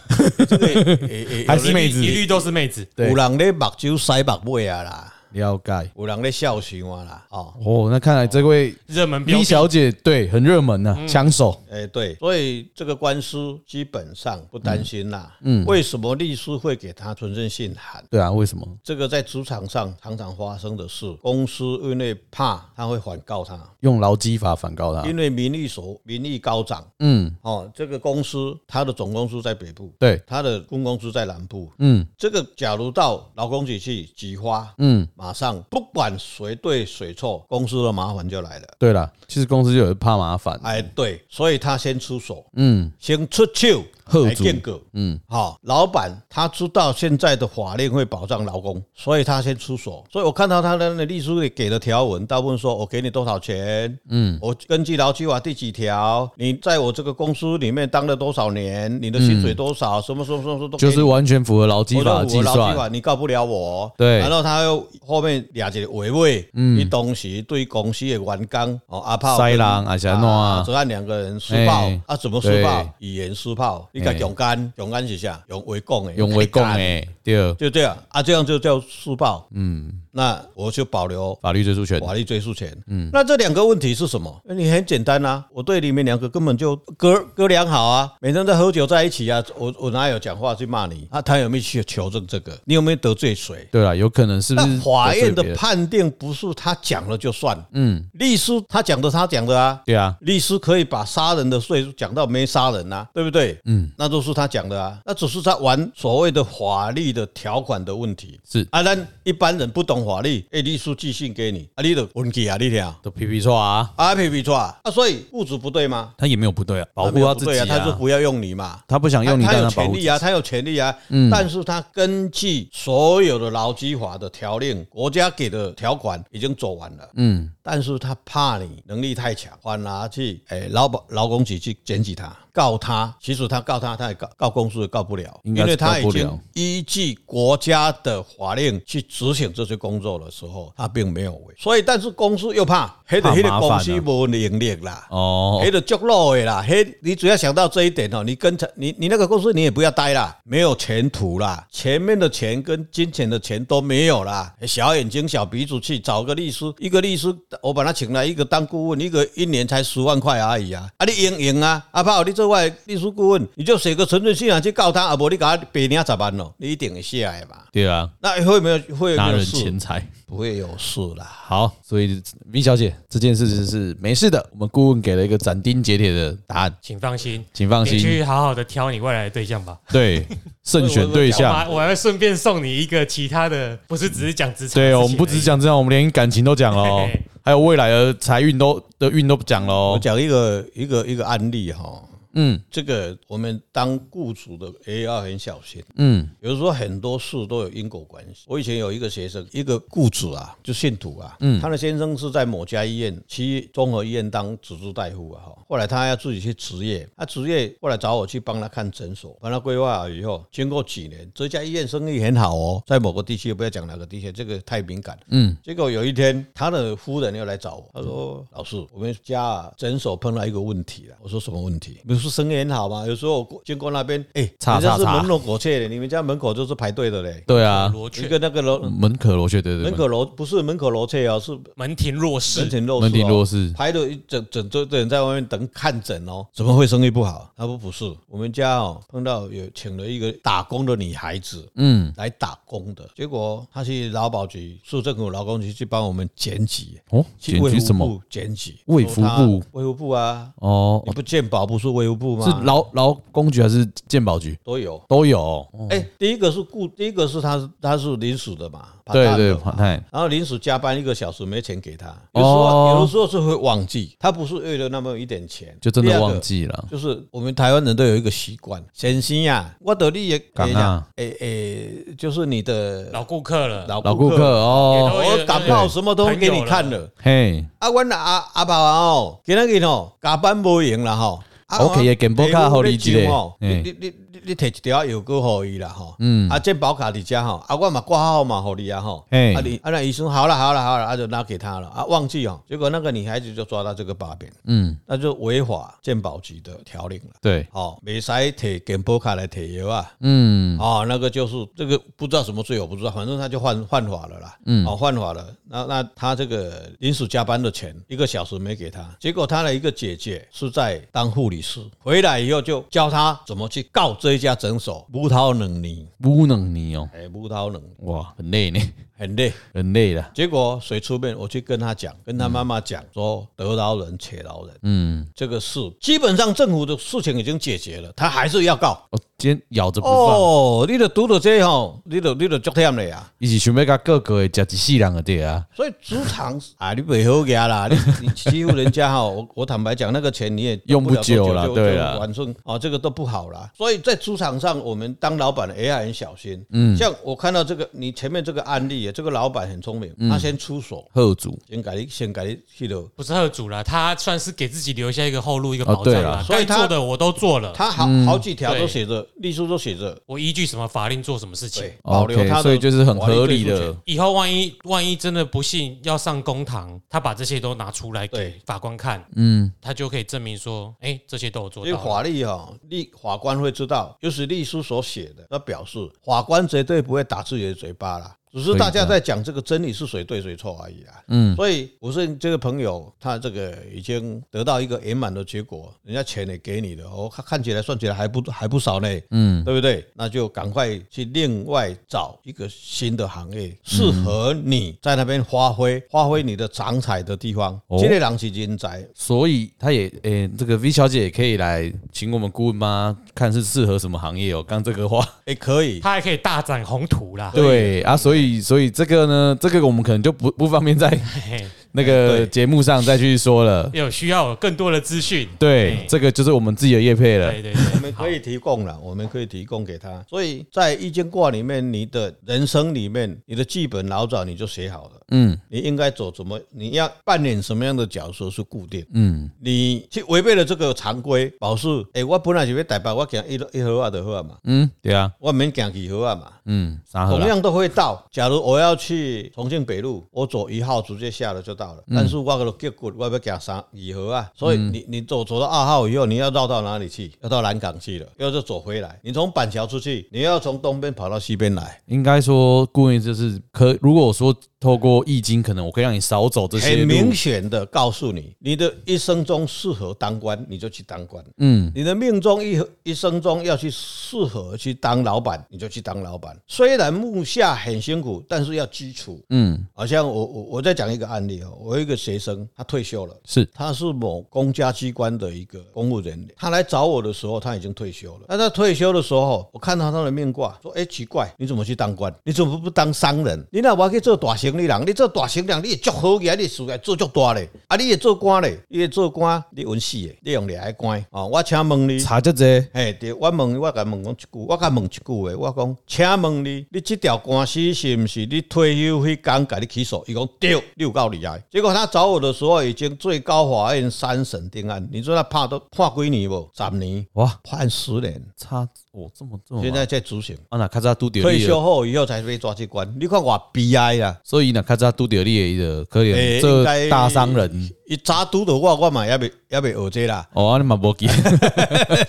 C: 这个也 也
A: 还是妹子
B: 一律都是妹子。
A: 对
C: 哎有人咧目睭塞目尾啊啦，
A: 了解，
C: 有人咧笑死我啦，哦。
A: 哦，那看来这位
B: 热门标
A: V
B: 题，
A: 小姐对很热门呐、抢、手，
C: 哎、对，所以这个官司基本上不担心啦。嗯，为什么律师会给他存证信函？
A: 对啊，为什么
C: 这个在职场上常常发生的事，公司因为怕他会反告他，
A: 用劳基法反告他？
C: 因为名誉所名誉高涨
A: 嗯，
C: 哦。这个公司它的总公司在北部，
A: 对，
C: 它的分公司在南部。
A: 嗯
C: 这个假如到劳工局去举发，
A: 嗯，
C: 马上不管谁对谁错，公司的麻烦就来了。
A: 对啦，其实公司就有人怕麻烦，
C: 哎，对，所以他先出手，
A: 嗯，
C: 先出手
A: 贺
C: 来
A: 主
C: 见狗。
A: 嗯，
C: 好、老板他知道现在的法令会保障劳工，所以他先出手。所以我看到他的那律师里给的条文，大部分说我给你多少钱，嗯，我根据劳基法第几条，你在我这个公司里面当了多少年，你的薪水多少，什么什么什么什么
A: 嗯
C: 都给
A: 就
C: 你
A: 是完全符合劳基
C: 我
A: 法的
C: 都
A: 计
C: 有劳基
A: 算，
C: 法你告不了我。
A: 对嗯
C: 然后他又后面俩一个围魏，你当时对公司的员工哦阿炮
A: 塞
C: 跟
A: 人还是安怎
C: 啊只按两个人施暴
A: 哎
C: 啊，怎么施暴
A: 对？
C: 语言施暴，你讲
A: 哎
C: 强奸，强奸是啥？用围攻的，
A: 用为哎共
C: 哎
A: 诶，对，
C: 就这样啊，这样就叫施暴。嗯，那我就保留
A: 法律追诉权，
C: 法律追诉权。嗯，那这两个问题是什么？你很简单啊，我对你们两个根本就哥哥俩好啊，每天在喝酒在一起啊，我我哪有讲话去骂你啊？他有没有去求证这个？你有没有得罪谁？
A: 对啦，有可能是不
C: 那
A: 是
C: 法院
A: 得罪别
C: 的
A: 人
C: 判定不是他讲了就算，
A: 嗯，
C: 律师他讲的他讲的啊，
A: 对啊，
C: 律师可以把杀人的罪讲到没杀人呐、对不对？嗯，那都是他讲的啊，那只是在玩所谓的法律的条款的问题。
A: 是
C: 啊，咱一般人不懂法律，哎，律师寄信给你，啊，你的文记啊，你听啊，
A: 都皮皮错啊，
C: 啊，皮皮错啊，啊，所以雇主不对吗？
A: 他也没有不对啊，保护
C: 没有
A: 他
C: 不
A: 自
C: 对
A: 己
C: 啊，他说不要用你嘛。
A: 他不想用你，
C: 他
A: 但
C: 有
A: 他保
C: 权
A: 护嗯
C: 利啊，他有权利啊，但是他根据所有的劳基法的条令，国家给的条款已经走完了，
A: 嗯，
C: 但是他怕你能力太强，反而去诶劳保劳工局去检举他，告他。其实他告他，他也告告公司也告不了，
A: 应
C: 因
A: 该是
C: 为他已
A: 告不
C: 经
A: 了
C: 依据国家的法令去执行这些工作的时候，他并没有违。所以，但是公司又怕，迄个
A: 怕
C: 迄
A: 麻
C: 个公
A: 烦
C: 司
A: 啊
C: 无能力啦。
A: 哦，
C: 黑的就漏的啦，黑你只要想到这一点哦，你跟着你你那个公司你也不要待啦，没有前途啦，前面的钱跟金钱的钱都没有啦，小眼睛小鼻子去找个律师，一个律师我把他请来，一个当顾问，一个一年才十万块而已啊，啊你赢赢啊，阿炮你做外律师顾问，你就写个陈述信函去告他，啊无你给他赔领十万咯，你一定会下来嘛，
A: 对啊，
C: 那会没有会有
A: 拿
C: 没有
A: 人
C: 事？
A: 钱财。
C: 不会有事啦，
A: 好，所以 V 小姐这件事情是没事的，我们顾问给了一个斩钉截铁的答案，
B: 请放心，
A: 请放
B: 你
A: 心。
B: 去好好的挑你未来的对象吧。
A: 对， 慎选对
B: 我
A: 象。
B: 还我还会顺便送你一个其他的，不是只是讲职场的事情而已。
A: 对，我们不只讲这样，我们连感情都讲了哦
B: 嘿嘿，
A: 还有未来的财运都的运都讲了
C: 我
A: 哦。
C: 讲一个一个一个案例哈。
A: 嗯
C: 这个我们当雇主的也要很小心，
A: 嗯，
C: 有时候很多事都有因果关系。我以前有一个学生，一个雇主啊，就信徒啊，
A: 嗯
C: 他的先生是在某家医院区综合医院当主治大夫啊，哈，后来他要自己去执业，他执业后来找我去帮他看诊所，帮他规划好以后，经过几年，这家医院生意很好哦，在某个地区不要讲哪个地区，这个太敏感，嗯，结果有一天他的夫人又来找我，他说：“老师，我们家啊诊所碰到一个问题了。”我说：“什么问题？不是生意很好吗？有时候我过经过那边，哎、
A: 叉
C: 人家是
A: 叉叉
C: 门楼狗切的，你们家门口就是排队的嘞。”
A: 对啊，
B: 罗
C: 一
B: 雀
C: 个那个楼
A: 门可罗雀，对对
C: 门
A: 对，
C: 口楼不是门口楼切哦，是
B: 门庭若
C: 门
B: 市，
C: 庭若市、哦，
A: 门庭若市。
C: 排了一整整桌的人在外面等看诊哦，怎么会生意不好？他说不是，我们家哦碰到有请了一个打工的女孩子，
A: 嗯，
C: 来打工的，结果他去劳保局、市政府劳工局去帮我们检举，
A: 哦，
C: 去
A: 检
C: 卫
A: 举
C: 福
A: 什么？
C: 部检举，
A: 卫福
C: 说他
A: 部，
C: 卫福部啊，
A: 哦
C: 你，不健保不是卫福部吗？
A: 是劳劳工局还是鉴宝局？
C: 都有。
A: 都有哦。
C: 哎、第一个是雇，第一个是他是他是临时的嘛，
A: 对
C: part-time
A: 对，哦
C: 的嘛
A: 帕泰
C: 然后临时加班一个小时没钱给他，有时候有的时候是会忘记，他不是为了那么一点钱，
A: 就真
C: 第
A: 的
C: 二个
A: 忘记了。
C: 就是我们台湾人都有一个习惯，先生呀、啊，我得你也哎
A: 讲啊，
C: 诶诶、就是你的
B: 老顾客了，
C: 老
A: 老顾客
B: 也
A: 哦，
B: 都
C: 我感冒什么都给你看了。
A: 嘿
C: 啊，阮阿阿爸啊哦，今仔日哦，加班无闲啦吼。啊
A: OK，
C: 我
A: 健保卡
C: 哎我
A: 给你一个
C: 在上哦你
A: 嗯
C: 你你你你摕一条药膏互伊啦吼。嗯。啊，健保卡伫遮吼，啊，我嘛挂号嘛互你啊吼。
A: 嘿
C: 啊你啊那医生好了好了好了，啊就拿给他了啊，忘记哦，结果那个女孩子就抓到这个把柄，
A: 嗯，
C: 那就违法健保局的条令了。
A: 对，
C: 哦，没使摕健保卡来摕药啊。
A: 嗯
C: 哦，那个就是这个不知道什么罪，我不知道，反正他就犯犯法了啦。嗯，哦，犯法了，那那他这个临时加班的钱一个小时没给他，结果他的一个姐姐是在当护理师，回来以后就教他怎么去告这一家诊所，无头能泥，
A: 无能你哦，
C: 哎，无头能
A: 哇，很累呢，
C: 很累。
A: 很累了。
C: 结果谁出面，我去跟他讲，跟他妈妈讲，说得饶人且饶人，
A: 嗯，
C: 这个事基本上政府的事情已经解决了，他还是要告。
A: 哦，今天咬着不放，
C: 哦，你都读到这吼，你都你都足忝了呀。
A: 一起想要甲各个的食一世人的对啊。
C: 所以职场啊，你袂好牙啦，你你欺负人家哈，我我坦白讲，那个钱你也
A: 用不
C: 不了多
A: 久啦
C: 就
A: 对
C: 就
A: 啦
C: 晚上啊，这个都不好啦。所以在职场上，我们当老板的也要很小心。嗯，像我看到这个你前面这个案例，这个老板很聪明，他先出手，
A: 贺主
C: 先给你先给你去了。
B: 不是二主了，他算是给自己留下一个后路，一个
A: 哦
B: 保障
A: 对啦
B: 了。
C: 所
B: 该
C: 以他
B: 做的我都做了，
C: 他好好几条都
B: 对
C: 写着，秘书都写着，
B: 我依据什么法令做什么事情
C: 对。，保留他的，
A: 所以就是很合理
C: 保留退
A: 的
C: 出权。
B: 以后万一万一真的不幸要上公堂，他把这些都拿出来给
C: 对
B: 法官看，
A: 嗯，
B: 他就可以证明说，哎、这些都有做
C: 因为
B: 到。
C: 法律哈、哦，律法官会知道，就是律师所写的，那表示法官绝对不会打自己的嘴巴啦。只是大家在讲这个真理是谁对谁错而已啊。
A: 嗯，
C: 所以我是这个朋友，他这个已经得到一个圆满的结果，人家钱也给你了，哦，看看起来算起来还不还不少呢。
A: 嗯，
C: 对不对？那就赶快去另外找一个新的行业，适合你在那边发挥发挥你的长才的地方。
A: 哦
C: 这类人是人才，
A: 所以他也诶、这个 V 小姐也可以来请我们顾问妈看是适合什么行业哦。刚这个话，
C: 也可以。
B: 他还可以大展宏图啦。
A: 对啊，所以所以这个呢，这个我们可能就不不方便在
B: 嘿嘿
A: 那个
C: 对
A: 节目上再去说了。
B: 有需要有更多的资讯。
A: 对，这个就是我们自己的业配了。
B: 对对
C: 我
B: 对，
C: 们可以提供了，我们可以提供给他。所以在易经卦里面，你的人生里面，你的剧本老早你就写好了，
A: 嗯
C: 你应该走怎么，你要扮演什么样的角色是固定。
A: 嗯，
C: 你去违背了这个常规，表示诶、我本来是要台北，我行一路一河啊就好啊嘛，
A: 嗯，对啊，
C: 我免行二河啊嘛。
A: 嗯，啥好
C: 同
A: 啦？
C: 样都会到。假如我要去重庆北路，我走一号直接下了就到了。但是我个结果我要加三以和啊，所以你你走走到二号以后，你要绕到哪里去？要到南港去了，要就走回来。你从板桥出去，你要从东边跑到西边来，
A: 应该说，顾问就是可。如果我说透过易经，可能我可以让你少走这些
C: 很
A: 路
C: 明。显的告诉你，你的一生中适合当官，你就去当官。
A: 嗯，
C: 你的命中一一生中要去适合去当老板，你就去当老板。虽然目下很辛苦，但是要基础。
A: 嗯，
C: 好像我我我再讲一个案例哦，我有一个学生，他退休了。
A: 是
C: 他是某公家机关的一个公务人员，他来找我的时候，他已经退休了。那他退休的时候，我看到他的命卦，说：“哎、奇怪，你怎么去当官？你怎么不当商人？你那我去做大生意人，你做大生意人，你也足好个，你事业做足大嘞，啊，你也做官嘞，你也做官，你稳死的，你用掠爱官哦。我请问你。”
A: 查这这，
C: 嘿，对，我问你，我甲问讲一句，我甲问一句话，我讲，请问你，你这条官司是毋是你退休迄天甲你起诉？伊讲对，你有够厉害。结果他找我的时候，已经最高法院三审定案，你说他判都判几年无？十年，
A: 哇，
C: 判十年，
A: 差我这么这么
C: 现
A: 忙
C: 在在执行。
A: 啊，那咔嚓都掉
C: 退
A: 你
C: 休
A: 了，
C: 后以后才被抓去关，你看我悲哀啦！
A: 所以呢咔嚓都掉你的，可
C: 诶
A: 怜
C: 应
A: 这
C: 哎该
A: 大商人
C: 伊早拄到我，我嘛也未也未学这啦。
A: 哦，啊你嘛无 记，
C: 哎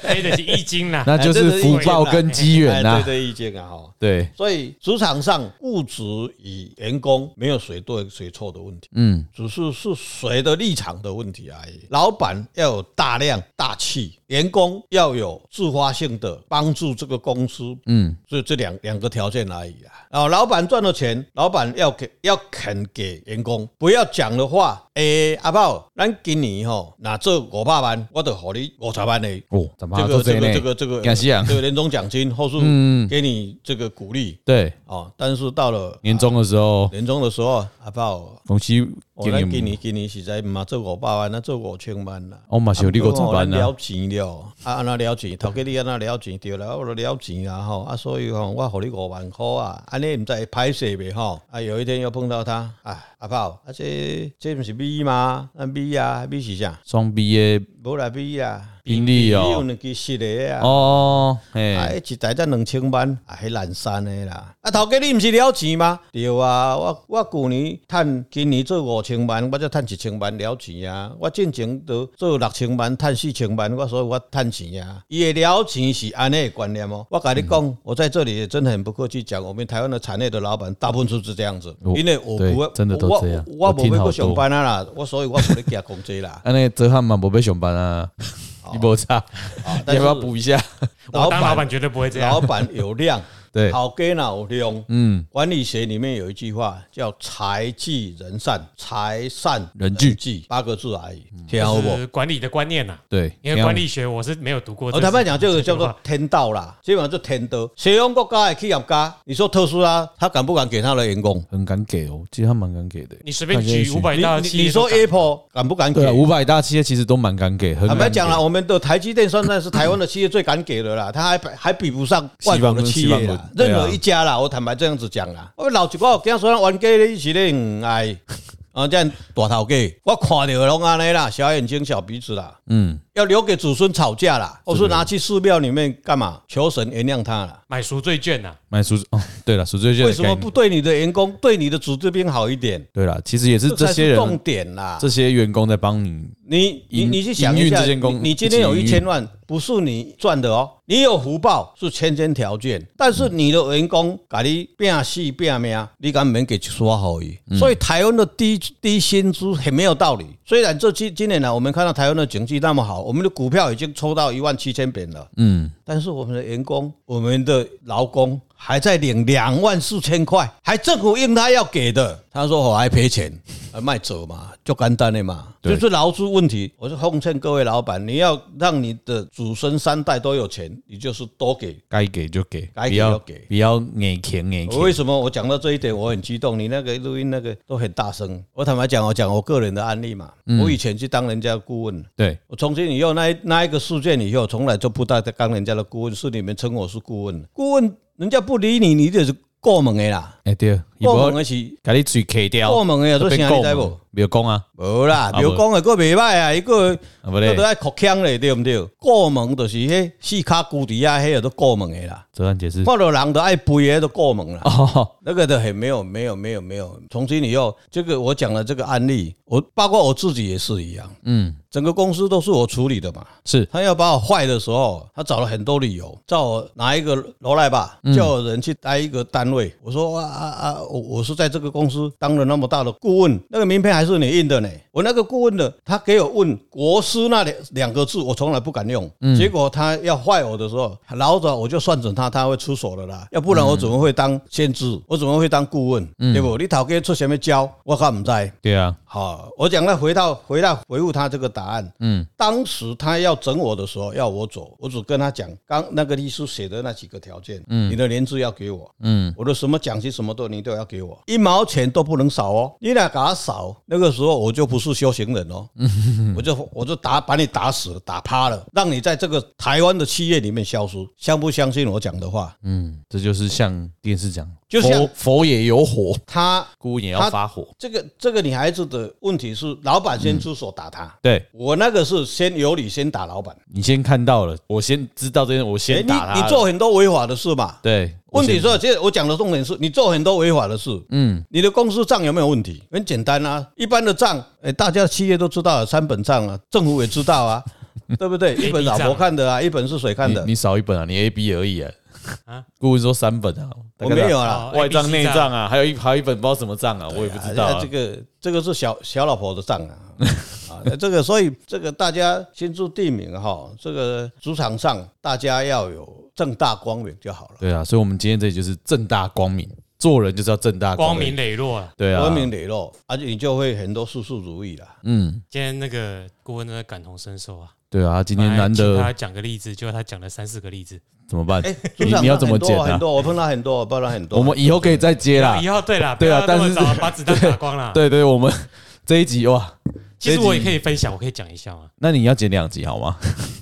B: 黑的是易经啦。
A: 那就是福报跟机缘
C: 哎
A: 呐
C: 对。这意见啊，吼。
A: 对，
C: 所以职场上物质与员工没有谁对谁错的问题，
A: 嗯，
C: 只是是谁的立场的问题而已。老板要有大量大气，员工要有自发性的帮助这个公司，
A: 嗯，
C: 就这两两个条件而已啊。然后老板赚了钱，老板要给要肯给员工，不要讲的话，诶、阿豹，咱今年吼拿做五百万，我就给你五十万的。
A: 哦，怎么
C: 这
A: 做
C: 个
A: 这
C: 这
A: 呢
C: 个这个这个
A: 感谢啊
C: 这个年终奖金，或是给你这个鼓励，
A: 对，
C: 哦，但是到了
A: 年终的时候，
C: 年终的时候，阿爸，
A: 恭喜
C: 我
A: 给
C: 来
A: 你
C: 今
A: 们，
C: 年今年实在嘛做五百万，那做五千万啦。
A: 哦我嘛是有你
C: 啊
A: 个
C: 不
A: 怎
C: 过咱
A: 办
C: 了
A: 呢？
C: 钱了，啊，安那了钱，头家你安那了钱对啦，我就了钱啊吼，啊，所以吼，我互你五万箍啊，安尼毋知会歹势袂吼，啊，有一天又碰到他，啊，阿炮，啊这这毋是米吗？啊米啊，米是啥？
A: 双 B 的
C: 无啦米啊，
A: 宾利
C: 米有
A: 哦，
C: 两支实的啊。
A: 哦，嘿，
C: 啊，一台才两千万，啊，迄烂山的啦。啊，头家你毋是了钱吗？对啊，我我旧年趁今年做五千万，我才趁一千万了钱啊。我进前都做六千万，趁四千万，我所以我趁钱啊。伊的了钱是安尼的观念哦。我甲你
A: 嗯
C: 讲，我在这里也真的很不客气讲，我们台湾的产业的老板大部分都是这样子，
A: 我
C: 因为我
A: 哦对
C: 不会，
A: 真的都
C: 我
A: 这样
C: 我
A: 我
C: 我无
A: 听
C: 要
A: 好
C: 去
A: 多
C: 上班啊啦，我所以我无咧加工
A: 。
C: 资啦
A: 安尼泽汉嘛无要上班啊，你无差，
C: 啊，
A: 你
C: 哦但
A: 要不
C: 是
A: 要补一下？
B: 我当老
C: 老
B: 板
C: 板
B: 绝对不会这
C: 老
B: 样。
C: 板有量。
A: 对，
C: 好给脑量。
A: 嗯，
C: 管理学里面有一句话叫“财聚人散，财散
A: 人聚嗯
C: 聚”八个字而已，听好不
B: 就？是管理的观念呐，
A: 对，
B: 因为管理学我是没有读过。
C: 哦
A: 哦
C: 我坦白讲，这个叫做
B: 话
C: 天道啦，基本上就天道。西方国家的企业家，你说特斯拉，他敢不敢给他的员工？
A: 很敢给哦，其实他蛮敢给的。
B: 你随便举五百
C: 你
B: 大
C: 你
B: 企业
C: 你说
B: 都敢
C: Apple 敢不 敢
A: 对啊，
C: 给？
A: 五百大企业其实都蛮敢给，很
C: 坦
A: 敢
C: 白讲
A: 给
C: 了，，我们的台积电算算是台湾的企业最敢给的啦，它还还比不上外国的企业
A: 西方
C: 啦
A: 跟，对啊
C: 任何一家啦。我坦白这样子讲啦，我老一个跟他说冤家咧，一起咧，哎， 啊这样大头家，我看到的拢安尼啦，小眼睛小鼻子啦，
A: 嗯，
C: 要留给子孙吵架啦，或是拿去寺庙里面干嘛？求神原谅他啦。
B: 买赎罪券啊呐，
A: 买赎哦，对了，赎罪券的
C: 为什么
A: 概念
C: 不？对你的员工、对你的组织兵好一点？
A: 对了，其实也是
C: 才
A: 这些
C: 是啊重
A: 人、
C: 点啦。
A: 这些员工在帮你，
C: 你你
A: 营
C: 你去想一
A: 营运
C: 下，
A: 这
C: 你
A: 件工
C: 你今天有
A: 一
C: 一
A: 起营运
C: 千万，不是你赚的哦，你有福报是先天条件，但是你的员工给你变死变命，你敢免给一刷好伊？
A: 嗯
C: 所以台湾的低低薪资很没有道理。虽然这今今年啊来我们看到台湾的经济那么好，我们的股票已经抽到一万七千点了，
A: 嗯，
C: 但是我们的员工、我们的劳工还在领两万四千块，还政府应他要给的。他说哦我还赔钱，还卖走嘛，就简单的嘛，
A: 对
C: 就是劳资问题。我是奉劝各位老板，你要让你的祖孙三代都有钱，你就是多给。
A: 该给就给，
C: 该
A: 不
C: 给
A: 要
C: 就给
A: 不要眼钱眼
C: 我为
A: 钱，
C: 什么我讲到这一点，我很激动？你那个录音那个都很大声。我坦白讲，我讲我个人的案例嘛，
A: 嗯
C: 我以前去当人家的顾问，
A: 对，
C: 我从今以后，那一那一个事件以后，从来就不带再当人家的顾问，是你们称我是顾问，顾问人家不理你，你就是过门的啦。
A: 哎对，伊无
C: 过门的是
A: 甲你嘴揢掉，
C: 过门的啊有做
A: 就
C: 啥
A: 被
C: 你
A: 告
C: 知
A: 嘛
C: 无？
A: 没有讲啊，
C: 无啦，
A: 啊
C: 庙讲的佫袂歹啊，伊个
A: 啊不
C: 都
A: 咧
C: 都，爱哭腔咧，对毋对？过门就是迄四骹骨底啊，迄个都过门的啦。
A: 泽安解释。
C: 看到人都爱背的都过门啦。
A: 哦，
C: 那个的很没有没有没有没有，从今以后，这个我讲的这个案例，我包括我自己也是一样，
A: 嗯，
C: 整个公司都是我处理的嘛。
A: 是
C: 他要把我坏的时候，他找了很多理由，叫我拿一个楼来吧，叫我人去待一个单位。我说啊啊啊，我我是在这个公司当了那么大的顾问，那个名片还是你印的呢。我那个顾问的，他给我问国师那两两个字，我从来不敢用。结果他要坏我的时候，老早我就算准他他会出手了啦，要不然我怎么会当先知？我怎么会当顾问？对不？你头家出什么招，我可唔知。
A: 对啊，
C: 好，我讲了，回到回到回复他这个答案。
A: 嗯，
C: 当时他要整我的时候，要我走，我只跟他讲，刚那个律师写的那几个条件，嗯，你的年资要给我，
A: 嗯，
C: 我的什么奖金什么都你都要给我，一毛钱都不能少哦。你俩给他少，那个时候我就不是修行人哦，
A: 嗯
C: 我就我就打把你打死了，打趴了，让你在这个台湾的企业里面消失。相不相信我讲的话？
A: 嗯，这就是像电视讲，
C: 就像
A: 佛佛也有火，
C: 他
A: 姑也要发火，
C: 这个这个女孩子的问题是，老板
A: 嗯
C: 先出手打她。
A: 对
C: 我那个是先有理先打老板，
A: 你先看到了，我先知道这件，我
C: 哎
A: 先打他
C: 你
A: 了。
C: 你做很多违法的事嘛。
A: 对，
C: 问题
A: 我先
C: 是，这我讲的重点是你做很多违法的事，
A: 嗯，
C: 你的公司账有没有问题？很简单啊，一般的账，哎，大家企业都知道了，三本账啊，政府也知 道啊，对不对？一本老婆看的啊，一本是谁看的
A: 你？你少一本啊，你 A B 而已啊
B: 啊。
A: 顾问说三本啊，
C: 我没有
B: 大概
C: 啦
B: 哦，
A: 外账
B: ABC
A: 内账啊，还有一还有一本不知道什么账啊，我也不知道
C: 啊
A: 啊
C: 这。个这个是小小老婆的账 啊。啊，那这个所以这个大家先注地名哈，这个职场上大家要有正大光明就好了。
A: 对啊，所以我们今天这里就是正大光明，做人就是要正大
B: 光
A: 明
B: 明。磊落啊！
A: 对啊，
C: 光明磊落，而且你就会很多事事如意 啦。
A: 嗯，
B: 今天那个顾问都在感同身受啊。
A: 对啊，今天
B: 本来
A: 难
B: 请他
A: 得
B: 讲个例子，结果他讲了三四个例子。
A: 怎么办
C: 哎，？
A: 你
C: 组长
A: 你要怎么
C: 很多
A: 剪
C: 很
A: 啊？
C: 多，我碰到很多，我碰到很多。
A: 我们以后可以再接啦
B: 哦以。后对啦，
A: 对啊
B: 不要那
A: 但
B: 么
A: 是
B: 早把子弹打光啦。
A: 对对，我们 这一集哇，
B: 其
A: 这
B: 实
A: 一集
B: 我也可以分享，我可以讲一下嘛。
A: 那你要剪两集好吗？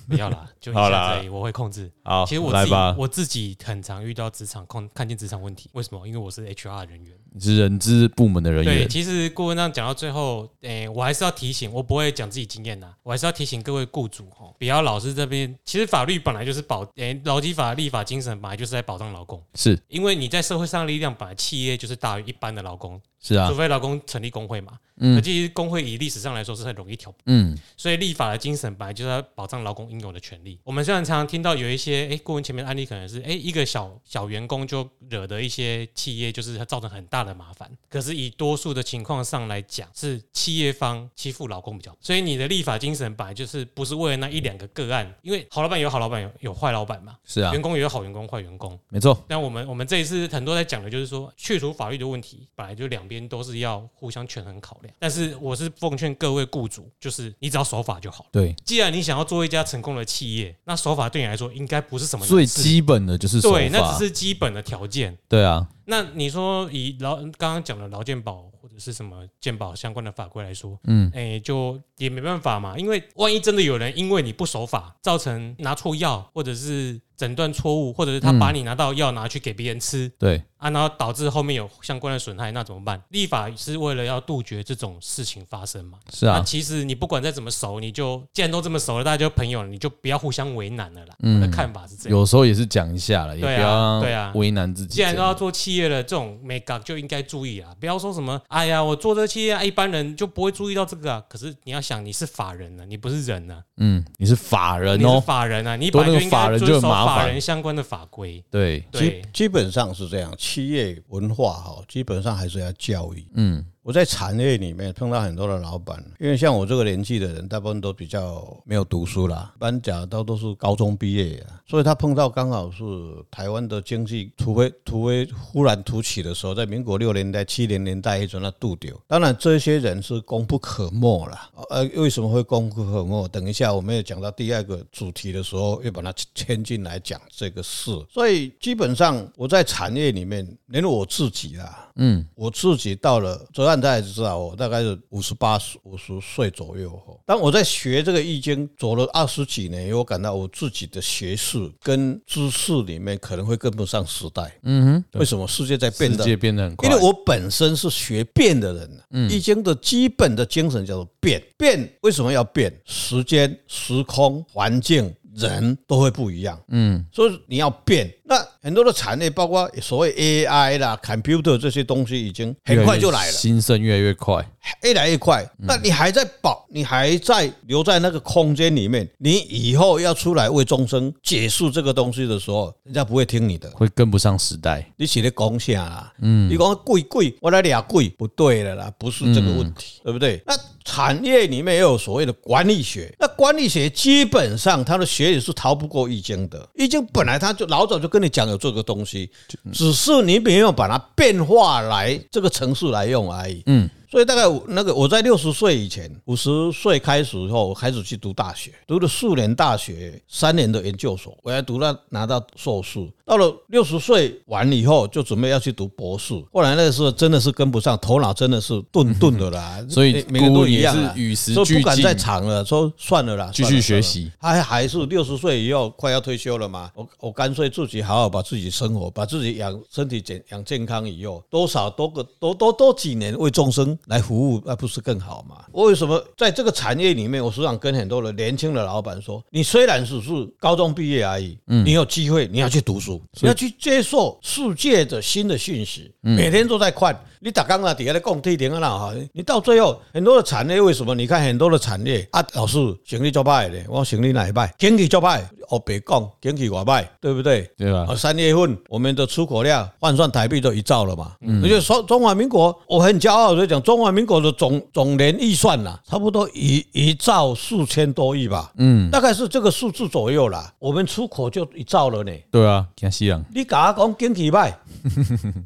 B: 不要啦，就一
A: 好
B: 下
A: 啦
B: 子而已，我会控制。
A: 好，
B: 其实我
A: 来
B: 自己
A: 吧，
B: 我自己很常遇到职场看看见职场问题，为什么？因为我是 HR 人员。
A: 你是人资部门的人
B: 对，
A: 员，
B: 其实顾问让讲到最后，诶、我还是要提醒，我不会讲自己经验呐，我还是要提醒各位雇主哦，不要老是这边。其实法律本来就是保，诶、劳基法、立法精神本来就是在保障劳工，
A: 是
B: 因为你在社会上的力量本来企业就是大于一般的劳工，
A: 是啊
B: 除，非劳工成立工会嘛。
A: 嗯
B: 可其实工会以历史上来说是很容易调
A: 嗯，
B: 所以立法的精神本来就是要保障劳工应有的权利。我们虽然常常听到有一些诶，顾问前面的案例可能是诶，一个小小员工就惹得一些企业就是造成很大的麻烦，可是以多数的情况上来讲，是企业方欺负劳工比较多。所以你的立法精神本来就是不是为了那一两个个案，因为好老板有好老板有有坏老板嘛，
A: 是啊
B: 员，工也有好员工坏员工。
A: 没错，
B: 但我们我们这一次很多在讲的就是说，去除法律的问题，本来就两边都是要互相权衡考量。但是我是奉劝各位雇主，就是你只要守法就好了。
A: 对，
B: 既然你想要做一家成功的企业，那守法对你来说应该不是什么难
A: 最
B: 事
A: 基本的就是手
B: 对，那
A: 法
B: 只，是基本的条件。
A: 对啊，
B: 那你说以劳刚刚讲的劳健保或者是什么健保相关的法规来说，
A: 嗯，
B: 哎、就也没办法嘛，因为万一真的有人因为你不守法，造成拿错药或者是诊断错误，或者是他
A: 嗯
B: 把你拿到药拿去给别人吃，
A: 对，
B: 啊，然后导致后面有相关的损害，那怎么办？立法是为了要杜绝这种事情发生嘛？
A: 是啊
B: 那，其实你不管再怎么熟，你就既然都这么熟了，大家就朋友了，你就不要互相为难了啦。
A: 嗯
B: 我的看法是这样。
A: 有时候也是讲一下了，也不
B: 对啊
A: 要
B: 对啊
A: 为难自己
B: 既
A: 这
B: 然
A: 样。
B: 都要做企业了，这种 make up 就应该注意啊，不要说什么哎呀，我做这个企业啊，一般人就不会注意到这个啊。可是你要想，你是法人呢、啊，你不是人呢、
A: 嗯，你是法
B: 啊，
A: 人
B: 你是
A: 哦，
B: 法人啊，你
A: 多
B: 本
A: 那
B: 来
A: 个
B: 就应
A: 法
B: 该
A: 人
B: 遵守
A: 就很麻烦
B: 法人相关的法规。
A: 对，
C: 基
B: 对，
C: 基本上是这样，企业文化哈，基本上还是要教育。
A: 嗯，
C: 我在产业里面碰到很多的老板，因为像我这个年纪的人，大部分都比较没有读书啦，一般讲到都是高中毕业啊，所以他碰到刚好是台湾的经济突飞突飞忽然突起的时候，在民国六年代、七零年代一种那度掉。当然，这些人是功不可没啦，啊呃，为什么会功课很厚？等一下我们也讲到第二个主题的时候，要把它牵进来讲这个事。所以基本上我在产业里面，连我自己啦，嗯，我自己到了泽岸大家也知道，我大概是五十八、五十岁左右哦。当我在学这个易经走了二十几年，我感到我自己的学识跟知识里面可能会跟不上时代。嗯哼，为什么世界在变
A: 世
C: 得
A: 界变得很快
C: 因为。我本身是学变的人，嗯，《易经》的基本的精神叫做变。变为什么要变？时间、时空、环境、人都会不一样，嗯，所以你要变。那很多的产业，包括所谓 AI 啦、computer 这些东西，已经很快就来
A: 越嗯
C: 了。
A: 新生越来越快。
C: 越来越快。那你还在保，你还在留在那个空间里面，你以后要出来为众生解释这个东西的时候，人家不会听你的。
A: 会跟不上时代。
C: 你是咧讲啥啦？嗯，你讲贵贵，我来俩贵，不对了啦，不是这个问题，对不对？那产业里面也有所谓的管理学，那管理学基本上它的学理是逃不过易经的。易经本来它就老早就跟你讲有这个东西，
A: 嗯
C: 只是你没有把它变化来这个程式来用而已。嗯。所以大概我那个我在六十岁以前，五十岁开始以后，我开始去读大学，读了四年大学，三年的研究所，我还读了拿到硕士。到了六十岁完以后，就准备要去读博士。后来那时候真的是跟不上，头脑真的是钝钝的 啦。
A: 所以
C: 每每个人
A: 姑
C: 都
A: 也
C: 一样
A: 是
C: 啦
A: 与时
C: 所以
A: 俱
C: 不敢
A: 进
C: 再长了，说算了啦，
A: 继
C: 算
A: 续
C: 了
A: 学习。
C: 算了还还是六十岁以后快要退休了嘛，我我干脆自己好好把自己生活，把自己养身体健养健康以后，多少多个多多多几年为众生来服务，那不是更好吗？我为什么在这个产业里面，我时常跟很多的年轻的老板说，你虽然只是高中毕业而已，你有机会你要去读书，你要去接受世界的新的讯息，每天都在看。你打刚啊，底下的供地点啊，哈，你到最后很多的产业为什么？你看很多的产业啊，老师行李做歹的，我行李哪一歹？经济做歹，哦别讲，经济外歹，对不对？
A: 对吧
C: 啊，三月份我们的出口量换算台币都一兆了嘛。而且说中华民国，我很骄傲的讲，中华民国的总总年预算啦、差不多一一兆四千多亿吧。嗯，大概是这个数字左右啦。我们出口就一兆了呢。
A: 对啊，看西洋
C: 你甲我讲经济 歹，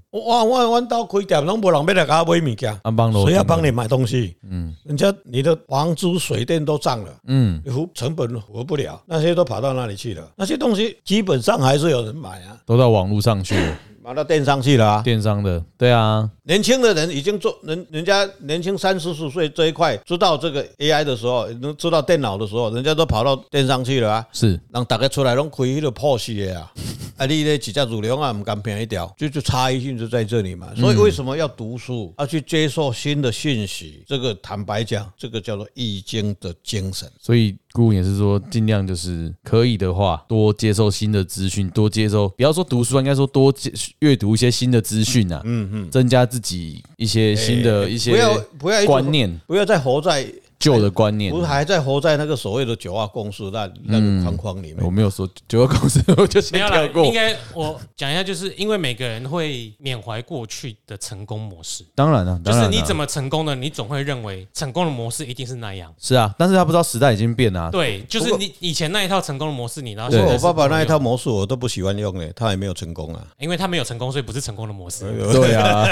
C: 我我我我到开店拢无人要来甲我买物件。
A: 安邦楼，
C: 谁要啊帮你买东西？嗯，人家你的房租、水电都涨了，嗯，你付成本活不了，那些都跑到哪里去了？那些东西基本上还是有人买啊，
A: 都到网络上去 了，
C: 买到电商去了啊。
A: 电商的。对啊，
C: 年轻的人已经做人，人家年轻三四十岁这一块知道这个 AI 的时候，能知道电脑的时候，人家都跑到电商去了啊。
A: 是
C: 人大家出来拢开迄个 POS 的 啊，啊，你咧一只乳量啊，唔敢拼一条，就就差异性就在这里嘛。
A: 嗯
C: 所以为什么要读书，要去接受新的讯息？这个坦白讲，这个叫做易经的精神。
A: 所以顾问也是说，尽量就是可以的话，多接受新的资讯，多接受，不要说读书，啊应该说多接阅读一些新的资讯啊，嗯嗯，增加自己一些新的一些
C: 哎不要不要一直
A: 观念，嗯
C: 不要再活在，
A: 旧的观念
C: 不。是还在活在那个所谓的九二共识那那
A: 嗯
C: 个框框里面
A: 我。没有说九个公司，我就
B: 没
A: 先
B: 有
A: 跳
B: 啦，
A: 过
B: 应。该我讲一下，就是因为每个人会缅怀过去的成功模式，
A: 当然了，
B: 就
A: 当然
B: 是
A: 啊
B: 你怎么成功的，你总会认为成功的模式一定是那样。
A: 是啊，但是他不知道时代已经变了啊，
B: 对，就是你以前那一套成功的模式，你然后
C: 不
B: 现
C: 过
B: 在
C: 我
B: 是
C: 爸爸那一
B: 不能
C: 套模式我都不喜欢用嘞，他也没有成功啊。
B: 用，因为他没有成功，所以不是成功的模式。
A: 对 啊，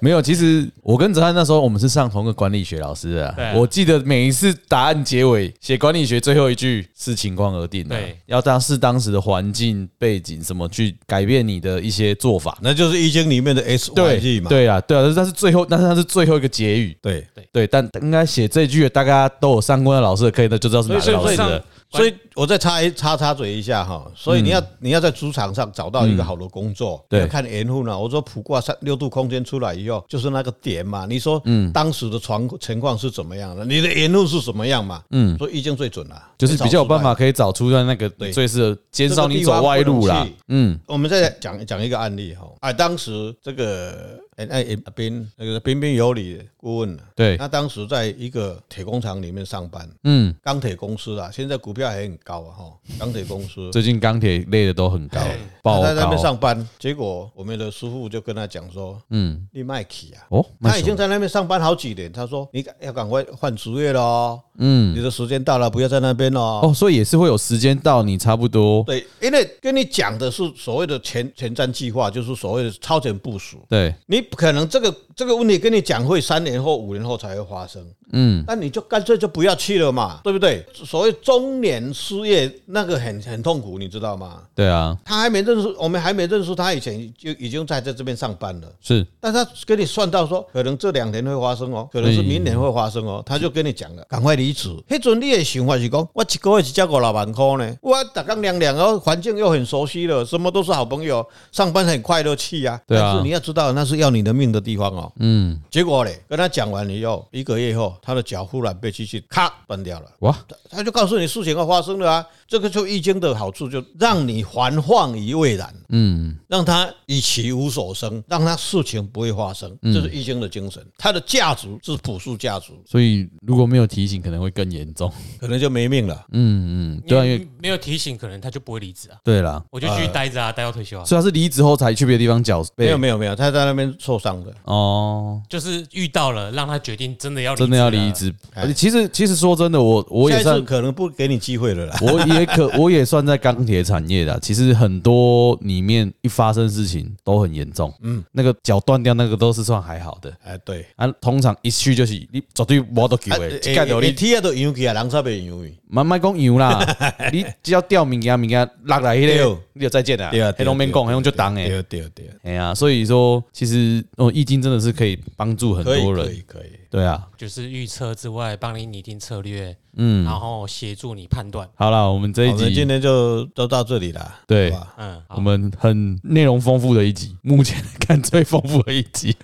A: 没有。其实我跟泽汉那时候我们是上同一个管理学老师的啊、
B: 对啊
A: 我记得每一次答案结尾写管理学最后一句是情况而定的、啊
B: 对
A: 要当视当时的环境背景什么去改变你的一些做法。
C: 那就是《易经》里面的 S Y
A: 对
C: G 嘛。
A: 对啊，对啊，但是但是最后，但是它是最后一个结语。
C: 对，
A: 对，但应该写这句的，大家都有上过的老师的课，那就知道是哪个
B: 所以
A: 老师
B: 所以
A: 的
B: 上。
C: 所以我再插一插插嘴一下哈，所以你要、你要在职场上找到一个好的工作，
A: 嗯对
C: 要看缘分啊呢。我说普卦三六度空间出来以后，就是那个点嘛。你说，嗯，当时的床情况是怎么样的？你的缘分是什么样嘛？嗯，所以易经最准了，
A: 就是比较有办法
C: 最
A: 可以
C: 早出来。
A: 找出在那个
C: 对
A: 最适合减
C: 这个
A: 少你
C: 地
A: 走
C: 方
A: 歪
C: 不能
A: 路啦
C: 去。
A: 嗯，
C: 我们再讲讲一个案例哈，啊，当时这个哎哎哎彬那个彬彬有礼顾问啊
A: 对，
C: 他当时在一个铁工厂里面上班，
A: 嗯，
C: 钢铁公司啊，现在股票还很高啊 哈，钢铁公司。
A: 最近钢铁类的都很高，爆
C: 哎他在那边
A: 高。
C: 上班，结果我们的师傅就跟他讲说：“
A: 嗯，
C: 你卖起啊，
A: 哦，
C: 他已经
A: 在
C: 在那边上班好几年。”他说：“你要跟赶快换职业喽，
A: 嗯，
C: 你的时间到了，不要在那边喽。
A: 哦，所以也是会有时间到，你差不多，
C: 对，因为跟你讲的是所谓的前前瞻计划，就是所谓的超前部署。
A: 对，
C: 你可能这个这个问题跟你讲会三年后、五年后才会发生，
A: 嗯，
C: 那你就干脆就不要去了嘛，对不对？所谓中年失业那个很很痛苦，你知道吗？
A: 对啊，
C: 他还没认识，我们还没认识他以前就已经在在这边上班了。
A: 是，
C: 但他给你算到说，可能这两年会发生哦，可能是明年会发生哦，他就跟你讲了，赶快离职。迄阵你的想法是讲，我一个月只交五六万块呢，我逐工凉凉哦，环境又很熟悉了，什么都是好朋友，上班很快乐去啊。
A: 对啊
C: 但是你要知道，那是要你的命的地方哦。
A: 嗯，
C: 结果嘞，跟他讲完以后，一个月后，他的脚忽然被机器咔断掉了。
A: 哇，
C: 他就告诉你事情要发生了啊，这个就易经的好处，就让你还患于未然。
A: 嗯，
C: 让他以其无所生，让他事情不会发生，
A: 嗯
C: 这是易经的精神。它的价值是朴素价值，
A: 所以如果没有提醒，可能会更严重。
C: 可能就没命了。
A: 嗯嗯，对啊，因为呃
B: 你没有提醒，可能他就不会离职啊，
A: 对啦，
B: 我就继续待着啊，待到退休啊。
A: 所以他是离职后才去别的地方缴
C: 没
A: 费
C: 有，没有没有，他在那边受伤的，
A: 哦，
B: 就是遇到了，让他决定真的要啊
A: 真的要离
B: 了，
A: 职。
C: 哎
A: 而且其实其实说真的，我我也
C: 下一
A: 算
C: 次可能不给你机会了啦。
A: 我也可， 我也算在钢铁产业的啊。其实很多里面一发生事情都很严重，嗯，那个脚断掉那个都是算还好的
C: 哎，对，
A: 啊。通常一去就是你绝对无得救
C: 啊
A: 的，
C: 哎
A: 一盖到
C: 你
A: 你
C: 踢啊都羊去啊，人煞袂羊去。
A: 慢慢讲油 啦，你只要掉物件物件落来迄
C: 对
A: 个，你就再见啦，
C: 对啊，
A: 黑龙面讲，黑龙就当诶。
C: 对啊对对，
A: 哎呀，所以说其实哦，易经真的是可以帮助很
C: 可以
A: 多
C: 可
A: 人，
C: 以可以。
A: 对啊。
B: 就是预测之外，帮你拟定策略，
A: 嗯
B: 然后协助你判断。
A: 好了，我们这一
C: 我们今
A: 集
C: 天就都到这里啦。
A: 对
C: 好吧
B: 嗯，
A: 我
B: 好，
A: 们很内容丰富的一集，目前来看最丰富的一 集。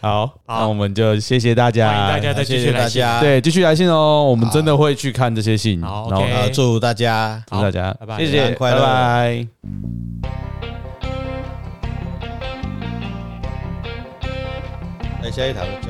A: 好， 那我们就谢谢大家，
B: 欢迎大家再继
C: 谢
B: 续
C: 谢
B: 来
C: 大
B: 信。
C: 家。
A: 对继续来信哦，我们真的会去看这些信。
B: 好
A: 然后
B: OK
C: 啊，祝大家
A: 祝大家
B: 好拜拜
A: 谢
C: 平
A: 谢，
C: 安快
A: 拜
C: 乐
A: 拜。
C: 在下一堂教